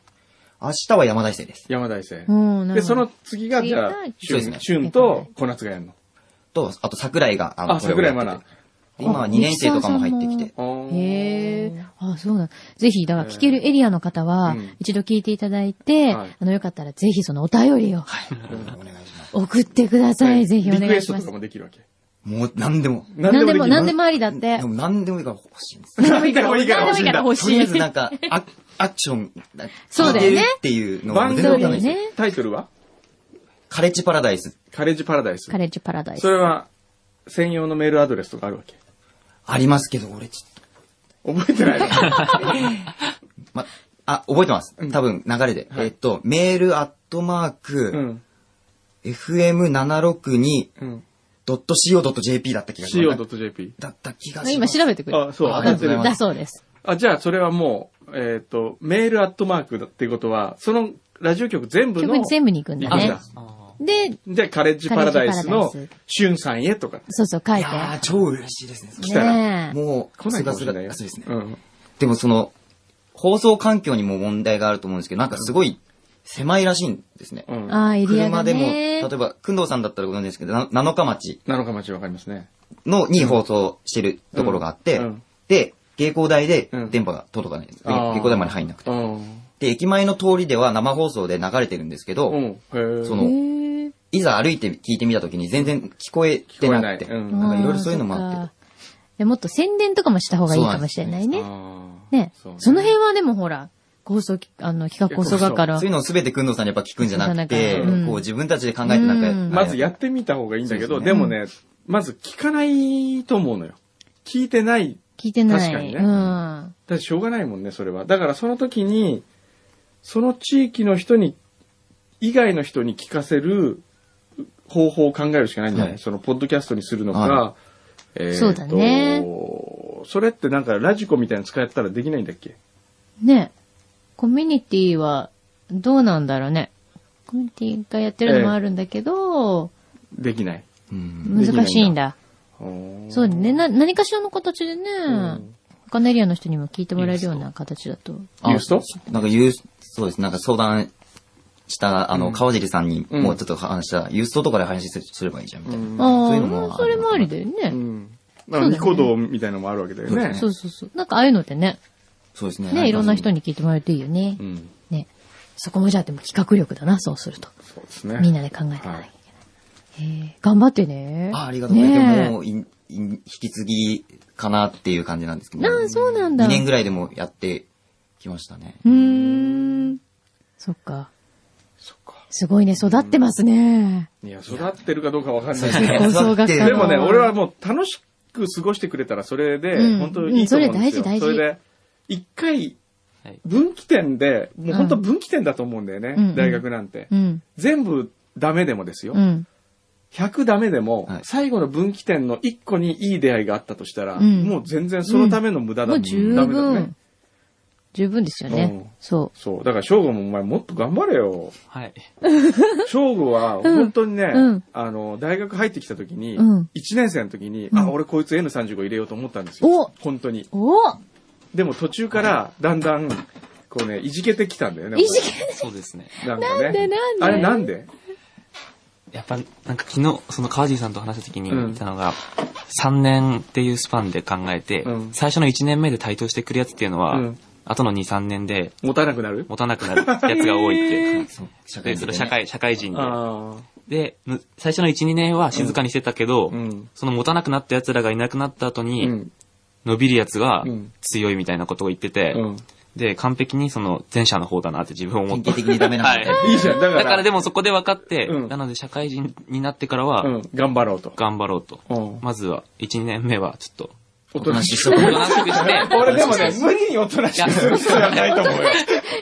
[SPEAKER 3] 明日は山大生です。
[SPEAKER 1] 山大生
[SPEAKER 2] ー。。うん、なるほど
[SPEAKER 1] で、その次が、
[SPEAKER 2] 次
[SPEAKER 1] じゃあ
[SPEAKER 2] が、
[SPEAKER 1] チュ
[SPEAKER 3] そうです
[SPEAKER 1] ン、
[SPEAKER 3] ね
[SPEAKER 1] チュンと小夏がやるの。
[SPEAKER 3] と、あと桜井が、
[SPEAKER 1] あ、
[SPEAKER 3] これを
[SPEAKER 1] 桜
[SPEAKER 3] や
[SPEAKER 1] 井
[SPEAKER 3] って
[SPEAKER 1] マ
[SPEAKER 3] て
[SPEAKER 1] ナ。
[SPEAKER 3] で今は2年生とかも入ってきて。
[SPEAKER 2] へえ。あ、そうなん。ぜひ、だから聞けるエリアの方は
[SPEAKER 1] うん、
[SPEAKER 2] 一度聞いていただいて、
[SPEAKER 1] はい
[SPEAKER 2] あの、よかったらぜひそのお便りを
[SPEAKER 3] うんお願いします。
[SPEAKER 2] 送ってください。ぜひお
[SPEAKER 1] リク
[SPEAKER 2] 願
[SPEAKER 1] エ
[SPEAKER 2] い
[SPEAKER 1] ス
[SPEAKER 2] し
[SPEAKER 1] ト
[SPEAKER 2] ま
[SPEAKER 1] と
[SPEAKER 2] す
[SPEAKER 1] か。もできるわけ。
[SPEAKER 3] もう何でも。
[SPEAKER 2] 何でも、何で
[SPEAKER 1] も。
[SPEAKER 2] もありだって
[SPEAKER 3] で。も何でもいいから欲しいんです。
[SPEAKER 1] 何でもいいから欲しいんだ。
[SPEAKER 2] 欲
[SPEAKER 3] と
[SPEAKER 2] し
[SPEAKER 3] りあえ
[SPEAKER 2] い。
[SPEAKER 3] ずなんか、アアクション、
[SPEAKER 2] そうだよね
[SPEAKER 3] っていうの
[SPEAKER 1] 番組
[SPEAKER 3] が全然わかん
[SPEAKER 1] の
[SPEAKER 3] ないですよ。
[SPEAKER 2] ね
[SPEAKER 1] タイトルは
[SPEAKER 3] カレッジパラダイス。
[SPEAKER 1] カレッジパラダイス
[SPEAKER 2] カ。レッジパラダイス
[SPEAKER 1] そ。れは、専用のメールアドレスとかあるわけ。
[SPEAKER 3] ありますけど、俺ちょっ
[SPEAKER 1] 覚えてないの
[SPEAKER 3] と。ま、あ、覚えてます。多分、流れで。えっと、メールアットマー
[SPEAKER 1] う
[SPEAKER 3] ク、
[SPEAKER 1] ん。
[SPEAKER 3] fm762.co.jp
[SPEAKER 1] うん。
[SPEAKER 3] だった気がします。
[SPEAKER 1] co.jp。
[SPEAKER 3] だった気がしま
[SPEAKER 2] 今
[SPEAKER 3] す。
[SPEAKER 2] 調べてくれ
[SPEAKER 1] あ、そう、
[SPEAKER 3] あ
[SPEAKER 1] 上がってる
[SPEAKER 3] ありがとう
[SPEAKER 2] だそ
[SPEAKER 3] ございます
[SPEAKER 2] うです。
[SPEAKER 1] あ、じゃあそれはもう、えっ、と、メールアットマークだっていうことは、そのラジオ局全部の。
[SPEAKER 2] 曲に全部に行くんだね
[SPEAKER 1] あ。
[SPEAKER 5] あ
[SPEAKER 2] で、
[SPEAKER 1] じゃあカレッジパラダイスの
[SPEAKER 2] カレッジパラダイ、
[SPEAKER 1] しゅんさんへとか。
[SPEAKER 2] そうそう、書
[SPEAKER 3] い
[SPEAKER 2] いて。
[SPEAKER 3] やー、超嬉しいですね。
[SPEAKER 1] 来たら
[SPEAKER 2] ねえ。
[SPEAKER 3] もう、
[SPEAKER 1] 来ないかもしれない
[SPEAKER 3] す
[SPEAKER 1] よ。
[SPEAKER 3] がすがそうです
[SPEAKER 1] う
[SPEAKER 3] ね。
[SPEAKER 1] ん。
[SPEAKER 3] でもその、放送環境にも問題があると思うんですけど、なんかすごい狭いらしいんですね。
[SPEAKER 1] うん。
[SPEAKER 2] ああ、エリア
[SPEAKER 3] 車
[SPEAKER 2] が
[SPEAKER 3] でも、
[SPEAKER 2] ね
[SPEAKER 3] 例え。ば、くんどうさんだったらご存知ですけど、な七日町
[SPEAKER 1] 7日町わかりますね。
[SPEAKER 3] のに放送してるところがあって、
[SPEAKER 1] うんうん
[SPEAKER 3] で、芸工大で
[SPEAKER 1] うん
[SPEAKER 3] 電波が届かないんです。
[SPEAKER 1] あー
[SPEAKER 3] 芸工大まで入んなくて。
[SPEAKER 1] うん。
[SPEAKER 3] で、駅前の通りでは生放送で流れてるんですけど、
[SPEAKER 1] うん。へえ。
[SPEAKER 3] そ
[SPEAKER 2] へ
[SPEAKER 3] の
[SPEAKER 2] ー
[SPEAKER 3] いざ歩いて聞いてみたときに全然聞こえてなく
[SPEAKER 1] 聞
[SPEAKER 3] て、
[SPEAKER 1] こえないうん
[SPEAKER 3] なんかいろいろそういうのもあ
[SPEAKER 2] あーそっ
[SPEAKER 3] っ
[SPEAKER 2] かでもっと宣伝とかもした方がいいかもしれないね。
[SPEAKER 1] あー
[SPEAKER 2] ね
[SPEAKER 1] う。
[SPEAKER 2] その辺はでもほら、構想、あの、企画構想画か
[SPEAKER 3] て、
[SPEAKER 2] ら
[SPEAKER 3] そうい。うのをすべてくんどうさんにやっぱ聞くんじゃなくて、
[SPEAKER 1] なかな
[SPEAKER 2] かうん
[SPEAKER 3] こう自分たちで考えてなんか、
[SPEAKER 2] うん
[SPEAKER 1] まずやってみた方がいいんだけど、
[SPEAKER 3] そう
[SPEAKER 1] で
[SPEAKER 3] です
[SPEAKER 1] もね、まず聞かないと思うのよ。聞いてない。
[SPEAKER 2] 聞いてない。
[SPEAKER 1] 確かにね
[SPEAKER 2] うん。
[SPEAKER 1] だってしょうがないもんね、それは。だからその時に、その地域の人に、以外の人に聞かせる方法を考えるしかないんじゃない、
[SPEAKER 3] はい
[SPEAKER 1] その、ポッドキャストにするのか、
[SPEAKER 3] は
[SPEAKER 1] えーと
[SPEAKER 2] そうだね
[SPEAKER 1] それってなんかラジコみたいなの使ったらできないんだっけ
[SPEAKER 2] ね。コミュニティは、どうなんだろうね。コミュニティがやってるのもあるんだけど、
[SPEAKER 1] できない。
[SPEAKER 3] うん
[SPEAKER 1] ええ
[SPEAKER 2] 難しいんだ。そう
[SPEAKER 1] ね。
[SPEAKER 2] ね。な、何かしらの形でね、
[SPEAKER 1] ん
[SPEAKER 2] 他のエリアの人にも聞いてもらえるような形だと。
[SPEAKER 1] ユースト
[SPEAKER 3] なんかユース、そうです。なんか相談した、あの、川尻さんに
[SPEAKER 1] うん
[SPEAKER 3] もうちょっと話した、ユーストとかで話すすればいいじゃん、みたいな。
[SPEAKER 1] うん
[SPEAKER 2] あ
[SPEAKER 3] そういうのもある
[SPEAKER 2] あ、それもありだよ
[SPEAKER 1] う
[SPEAKER 2] ね。
[SPEAKER 1] ん。なんかニコ動みたいなのもあるわけだよね。
[SPEAKER 2] そうそうそう。なんかああいうのってね、
[SPEAKER 3] そうですね。
[SPEAKER 2] ね、いろんな人
[SPEAKER 3] に。
[SPEAKER 2] に聞いてもらえるといいよね
[SPEAKER 1] う。ん。
[SPEAKER 2] ね。そこもじゃあでも企画力だな、そうすると。
[SPEAKER 1] そうですね。
[SPEAKER 2] みんなで考えていかなきゃいけない。へえ頑張ってね。
[SPEAKER 3] あありがとうございます。でもも
[SPEAKER 2] ね
[SPEAKER 3] ういんいん引き継ぎかなっていう感じなんですけ
[SPEAKER 2] え
[SPEAKER 3] ど。
[SPEAKER 2] なあ、そうなんだ。
[SPEAKER 3] 2年ぐらいでもやってきましたね。
[SPEAKER 2] うーん。そっか。
[SPEAKER 1] そっか。
[SPEAKER 2] すごいね、育ってますね。
[SPEAKER 1] いや、育ってるかどうかわかんないけ
[SPEAKER 3] そう
[SPEAKER 1] ど
[SPEAKER 3] で
[SPEAKER 2] 構想学
[SPEAKER 3] すね
[SPEAKER 2] 科
[SPEAKER 1] でもね、
[SPEAKER 2] うん
[SPEAKER 1] 俺はもう楽しく過ごしてくれたらそれで、
[SPEAKER 2] うん
[SPEAKER 1] 本当にいいと思うんですよ。
[SPEAKER 2] うんそれ大事大事
[SPEAKER 1] それで、一回
[SPEAKER 5] はい、
[SPEAKER 1] 分岐点で、もう本当
[SPEAKER 2] うん
[SPEAKER 1] 分岐点だと思うんだよね、
[SPEAKER 2] うんうん
[SPEAKER 1] 大学なんて。
[SPEAKER 2] うん。
[SPEAKER 1] 全部ダメでもですよ。
[SPEAKER 2] うん。
[SPEAKER 1] 100ダメでも、
[SPEAKER 3] はい
[SPEAKER 1] 最後の分岐点の1個にいい出会いがあったとしたら、
[SPEAKER 2] うん
[SPEAKER 1] もう全然そのための無駄だ
[SPEAKER 2] も
[SPEAKER 1] も
[SPEAKER 2] うん十
[SPEAKER 1] ダメだよね
[SPEAKER 2] 分。。十分ですよ
[SPEAKER 1] うん
[SPEAKER 2] ね。そ
[SPEAKER 1] そう。だから、翔吾もお前もっと頑張れよ。
[SPEAKER 5] あはい。
[SPEAKER 1] 翔吾は、本当にね、
[SPEAKER 2] うん
[SPEAKER 1] あの、大学入ってきた時に、
[SPEAKER 2] うん
[SPEAKER 1] 1年生の時に、
[SPEAKER 2] うん
[SPEAKER 1] あ、俺こいつ N35 入れようと思ったんですよ。
[SPEAKER 2] お
[SPEAKER 1] 本当に。
[SPEAKER 2] う。お
[SPEAKER 1] でも途中から、だんだん、こうね、いじけてきたんだよね。
[SPEAKER 2] いじけ
[SPEAKER 5] そうですね。
[SPEAKER 1] なんかね。
[SPEAKER 2] なんでなんで
[SPEAKER 1] あれなんで
[SPEAKER 5] やっぱ、なんか昨日、その川尻さんと話した時に
[SPEAKER 1] うん
[SPEAKER 5] 言ったのが、3年っていうスパンで考えて、
[SPEAKER 1] うん
[SPEAKER 5] 最初の1年目で台頭してくるやつっていうのは、
[SPEAKER 1] うん
[SPEAKER 5] 後の2、3年で
[SPEAKER 1] 持たなくなる
[SPEAKER 5] 持たなくなるやつが多いっ て。
[SPEAKER 3] そう社
[SPEAKER 5] で、
[SPEAKER 3] 人
[SPEAKER 5] そ
[SPEAKER 3] で
[SPEAKER 5] れ
[SPEAKER 3] ね
[SPEAKER 5] 社会、社会人
[SPEAKER 1] ああ。
[SPEAKER 5] で。で、む最初の1、2年は静かにしてたけど、
[SPEAKER 1] うん。
[SPEAKER 5] その持たなくなった奴らがいなくなった後
[SPEAKER 1] う
[SPEAKER 5] に、
[SPEAKER 1] ん。
[SPEAKER 5] 伸びる奴が
[SPEAKER 1] うん
[SPEAKER 5] 強いみたいなことを言ってて、
[SPEAKER 1] うん。
[SPEAKER 5] で、完璧にその前者の方だなって自分を思
[SPEAKER 3] 典
[SPEAKER 5] っ
[SPEAKER 3] 型。
[SPEAKER 5] て
[SPEAKER 3] 的にダメなんだよね。
[SPEAKER 1] いいじゃん。だから、
[SPEAKER 5] だからでもそこで分かって、
[SPEAKER 1] うん
[SPEAKER 5] なので社会人になってからは、
[SPEAKER 1] うん。頑張ろうと。
[SPEAKER 5] 頑張ろうと。
[SPEAKER 1] うん
[SPEAKER 5] まずは、1、2年目は、ちょっと、
[SPEAKER 1] お
[SPEAKER 3] おとなしい人
[SPEAKER 5] おとなしくして、
[SPEAKER 1] 俺でもね、無理におとなしくする必要はないと思うよ。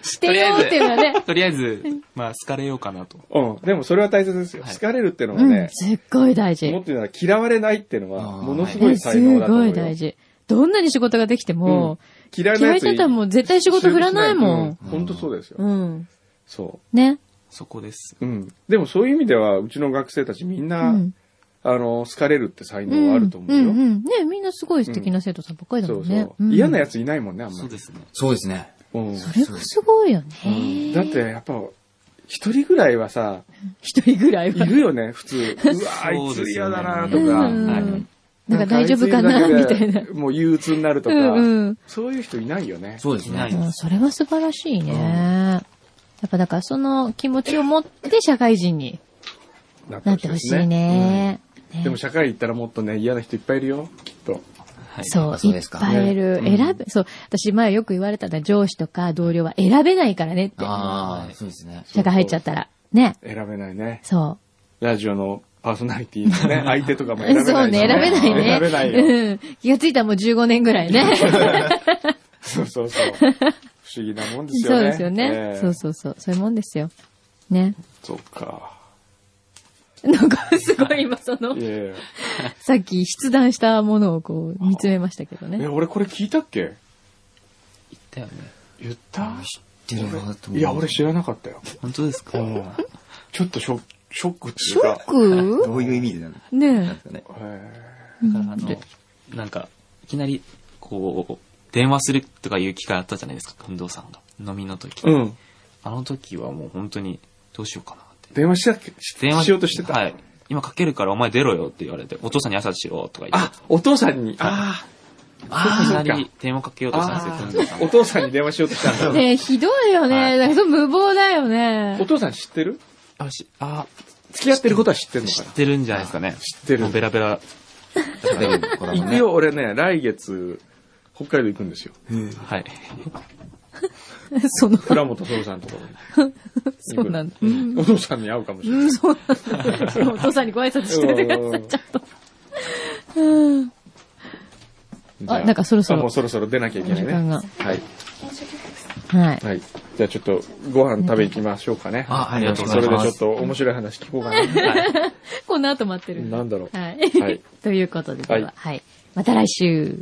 [SPEAKER 2] してよーっていうのはね。
[SPEAKER 5] とりあえず、まあ、好かれようかなと。
[SPEAKER 1] うん。でもそれは大切ですよ。
[SPEAKER 5] はい
[SPEAKER 1] 好かれるってのは
[SPEAKER 2] うん、
[SPEAKER 1] ね、
[SPEAKER 2] すっごい大事。
[SPEAKER 1] 持ってるのは嫌われないっての
[SPEAKER 3] あ
[SPEAKER 1] は、
[SPEAKER 3] ー
[SPEAKER 1] ものすご
[SPEAKER 2] ね
[SPEAKER 1] い
[SPEAKER 2] す
[SPEAKER 1] 才能だと思
[SPEAKER 2] ご
[SPEAKER 1] う
[SPEAKER 2] い
[SPEAKER 1] よ。
[SPEAKER 2] 大事。どんなに仕事ができても、
[SPEAKER 1] 嫌いな
[SPEAKER 2] 嫌
[SPEAKER 1] や
[SPEAKER 2] い
[SPEAKER 1] つい
[SPEAKER 2] だったらもう絶対仕事振らないもん。
[SPEAKER 1] うん本当そうですよ。
[SPEAKER 2] うん。
[SPEAKER 1] そ
[SPEAKER 2] ね。
[SPEAKER 5] そこです。
[SPEAKER 1] う。うん。でもそういう意味では、うちの学生たちみん
[SPEAKER 2] う
[SPEAKER 1] な、
[SPEAKER 2] ん。
[SPEAKER 1] あの、好かれるって才
[SPEAKER 2] う
[SPEAKER 1] 能
[SPEAKER 2] ん。
[SPEAKER 1] はあると思うよ。
[SPEAKER 2] んんねみんなすごい素敵な生徒さんばっかりだ
[SPEAKER 1] そ
[SPEAKER 2] も
[SPEAKER 1] うんそ
[SPEAKER 2] ね。
[SPEAKER 1] う、嫌なや
[SPEAKER 2] つ。
[SPEAKER 1] ついないもんね、あんま
[SPEAKER 5] そ
[SPEAKER 1] り
[SPEAKER 5] うで。すね。
[SPEAKER 3] そうですね。
[SPEAKER 1] うん
[SPEAKER 2] それはすごいよね。
[SPEAKER 1] うんだって、やっぱ、一人ぐらいは さ、
[SPEAKER 2] 一人ぐらい
[SPEAKER 1] い
[SPEAKER 2] は。
[SPEAKER 1] るよね、普 通。うわ、あい
[SPEAKER 5] そう
[SPEAKER 1] つ
[SPEAKER 5] です
[SPEAKER 1] 嫌
[SPEAKER 5] よね
[SPEAKER 1] だなと
[SPEAKER 2] う
[SPEAKER 1] か。
[SPEAKER 2] ん
[SPEAKER 5] はい
[SPEAKER 2] なんか大丈夫か
[SPEAKER 1] あ
[SPEAKER 2] な
[SPEAKER 1] つ
[SPEAKER 2] み
[SPEAKER 1] だ
[SPEAKER 2] た
[SPEAKER 1] けで
[SPEAKER 2] いな。
[SPEAKER 1] もう憂鬱になると
[SPEAKER 2] う
[SPEAKER 1] か、
[SPEAKER 2] んうん。
[SPEAKER 1] そういう人いないよね。
[SPEAKER 3] そうです
[SPEAKER 5] な
[SPEAKER 3] ね
[SPEAKER 5] い。
[SPEAKER 2] うんそれは素晴らしいね。やっぱだからその気持ちを持って社会人に
[SPEAKER 1] なっ
[SPEAKER 2] なってほしい。ね。
[SPEAKER 1] うん
[SPEAKER 2] ね
[SPEAKER 1] でも社会行ったらもっとね、嫌な人いっぱいいるよ、きっと。
[SPEAKER 5] はい。
[SPEAKER 2] そう、
[SPEAKER 3] そう
[SPEAKER 2] い
[SPEAKER 3] で
[SPEAKER 2] っ
[SPEAKER 3] すか
[SPEAKER 2] ぱいいる。
[SPEAKER 1] ね
[SPEAKER 2] 選べ、そう、私前よく言われたね、上司とか同僚は選べないからねって。
[SPEAKER 3] ああ、そうですね。
[SPEAKER 2] 社会入っちゃったら。ね。
[SPEAKER 1] 選べないね。
[SPEAKER 2] そ
[SPEAKER 1] ラジオのパーソナリティの ね、相手とか
[SPEAKER 2] う。
[SPEAKER 1] も選べないし。
[SPEAKER 2] そうね、選べないね。
[SPEAKER 1] 選べないよ。
[SPEAKER 2] うん。気がついたらもう15年ぐらいね。
[SPEAKER 1] そうそうそう。不思議なもんですよね。
[SPEAKER 2] そうですよ
[SPEAKER 1] え
[SPEAKER 2] ね。
[SPEAKER 1] え
[SPEAKER 2] そうそうそう。そういうもんですよ。ね。
[SPEAKER 1] そうか。
[SPEAKER 2] なんか、すごい今その
[SPEAKER 1] い、やいや。
[SPEAKER 2] さっき筆談したものをこう、見つめましたけど
[SPEAKER 1] え、
[SPEAKER 2] ね。
[SPEAKER 1] 俺これ聞いたっけ
[SPEAKER 5] 言ったよね。
[SPEAKER 1] 言った
[SPEAKER 3] 知ってるなと思う。
[SPEAKER 1] いや、俺知らなかったよ。
[SPEAKER 5] 本当ですか
[SPEAKER 1] うんちょっとショック、ショックってい
[SPEAKER 2] シ
[SPEAKER 1] う
[SPEAKER 2] ョ
[SPEAKER 1] か
[SPEAKER 2] ッ。ク
[SPEAKER 3] どういう意味でなのな
[SPEAKER 2] ね
[SPEAKER 3] んですかね。
[SPEAKER 1] へ
[SPEAKER 5] だからあの、なんか、いきなり、こう、電話するとかいう機会あったじゃないですか、近藤さんが。飲みの時。
[SPEAKER 1] えうん。
[SPEAKER 5] あの時はもう本当に、どうしようかなって。
[SPEAKER 1] 電話したっけししようとしてた。
[SPEAKER 5] はい。今かけるからお前出ろよって言われて、お父さんに朝しろとか言って
[SPEAKER 1] あ、、お父さんに、あ
[SPEAKER 5] いきな
[SPEAKER 1] そう
[SPEAKER 5] り電話かけようとしたんですよ、近藤さ
[SPEAKER 1] あ、
[SPEAKER 5] ん
[SPEAKER 1] お
[SPEAKER 5] が。
[SPEAKER 1] 父さんに電話しようとしたんだ
[SPEAKER 2] え。ねえ、ひどいよ
[SPEAKER 5] は
[SPEAKER 2] ね。
[SPEAKER 5] い
[SPEAKER 2] だからそう無謀だよ
[SPEAKER 1] お
[SPEAKER 2] ね。
[SPEAKER 1] 父さん知ってる
[SPEAKER 5] あ、し、あ、
[SPEAKER 1] 付き合ってることは知ってるの
[SPEAKER 5] 知
[SPEAKER 1] か
[SPEAKER 5] ってるんじゃないですかね。知
[SPEAKER 1] ってる
[SPEAKER 5] ベラベラ。
[SPEAKER 3] 喋る子だ
[SPEAKER 1] な
[SPEAKER 3] もん
[SPEAKER 1] 行く
[SPEAKER 3] ね。
[SPEAKER 1] よ、俺ね、来月、北海道行くんですよ。
[SPEAKER 5] はい。
[SPEAKER 2] その、
[SPEAKER 1] 倉本徹さんのとこ
[SPEAKER 2] そうなんだ。
[SPEAKER 1] ろに。 お父さんに会うかもしれない。
[SPEAKER 2] そうな んだ。お父さんにご挨拶しててくださ い、ちゃんと。
[SPEAKER 1] じゃ
[SPEAKER 2] なんかそろそろ
[SPEAKER 1] あもうそろそろ出なきゃいけない
[SPEAKER 2] 時間
[SPEAKER 1] ね。
[SPEAKER 2] が。
[SPEAKER 1] はい。
[SPEAKER 2] はい。
[SPEAKER 1] はい。じゃあちょっと、ご飯食べ行きましょうかね。
[SPEAKER 3] あ、ありがとうご
[SPEAKER 1] それ
[SPEAKER 3] ざ
[SPEAKER 1] で
[SPEAKER 3] い
[SPEAKER 1] ち
[SPEAKER 3] ま
[SPEAKER 1] ょっ
[SPEAKER 3] す。
[SPEAKER 1] と面白い話聞こうかな。
[SPEAKER 2] この後待ってる。
[SPEAKER 1] なんだろう。
[SPEAKER 2] は
[SPEAKER 1] はいい。
[SPEAKER 2] ということで、で
[SPEAKER 1] は
[SPEAKER 2] は、はい。また来週。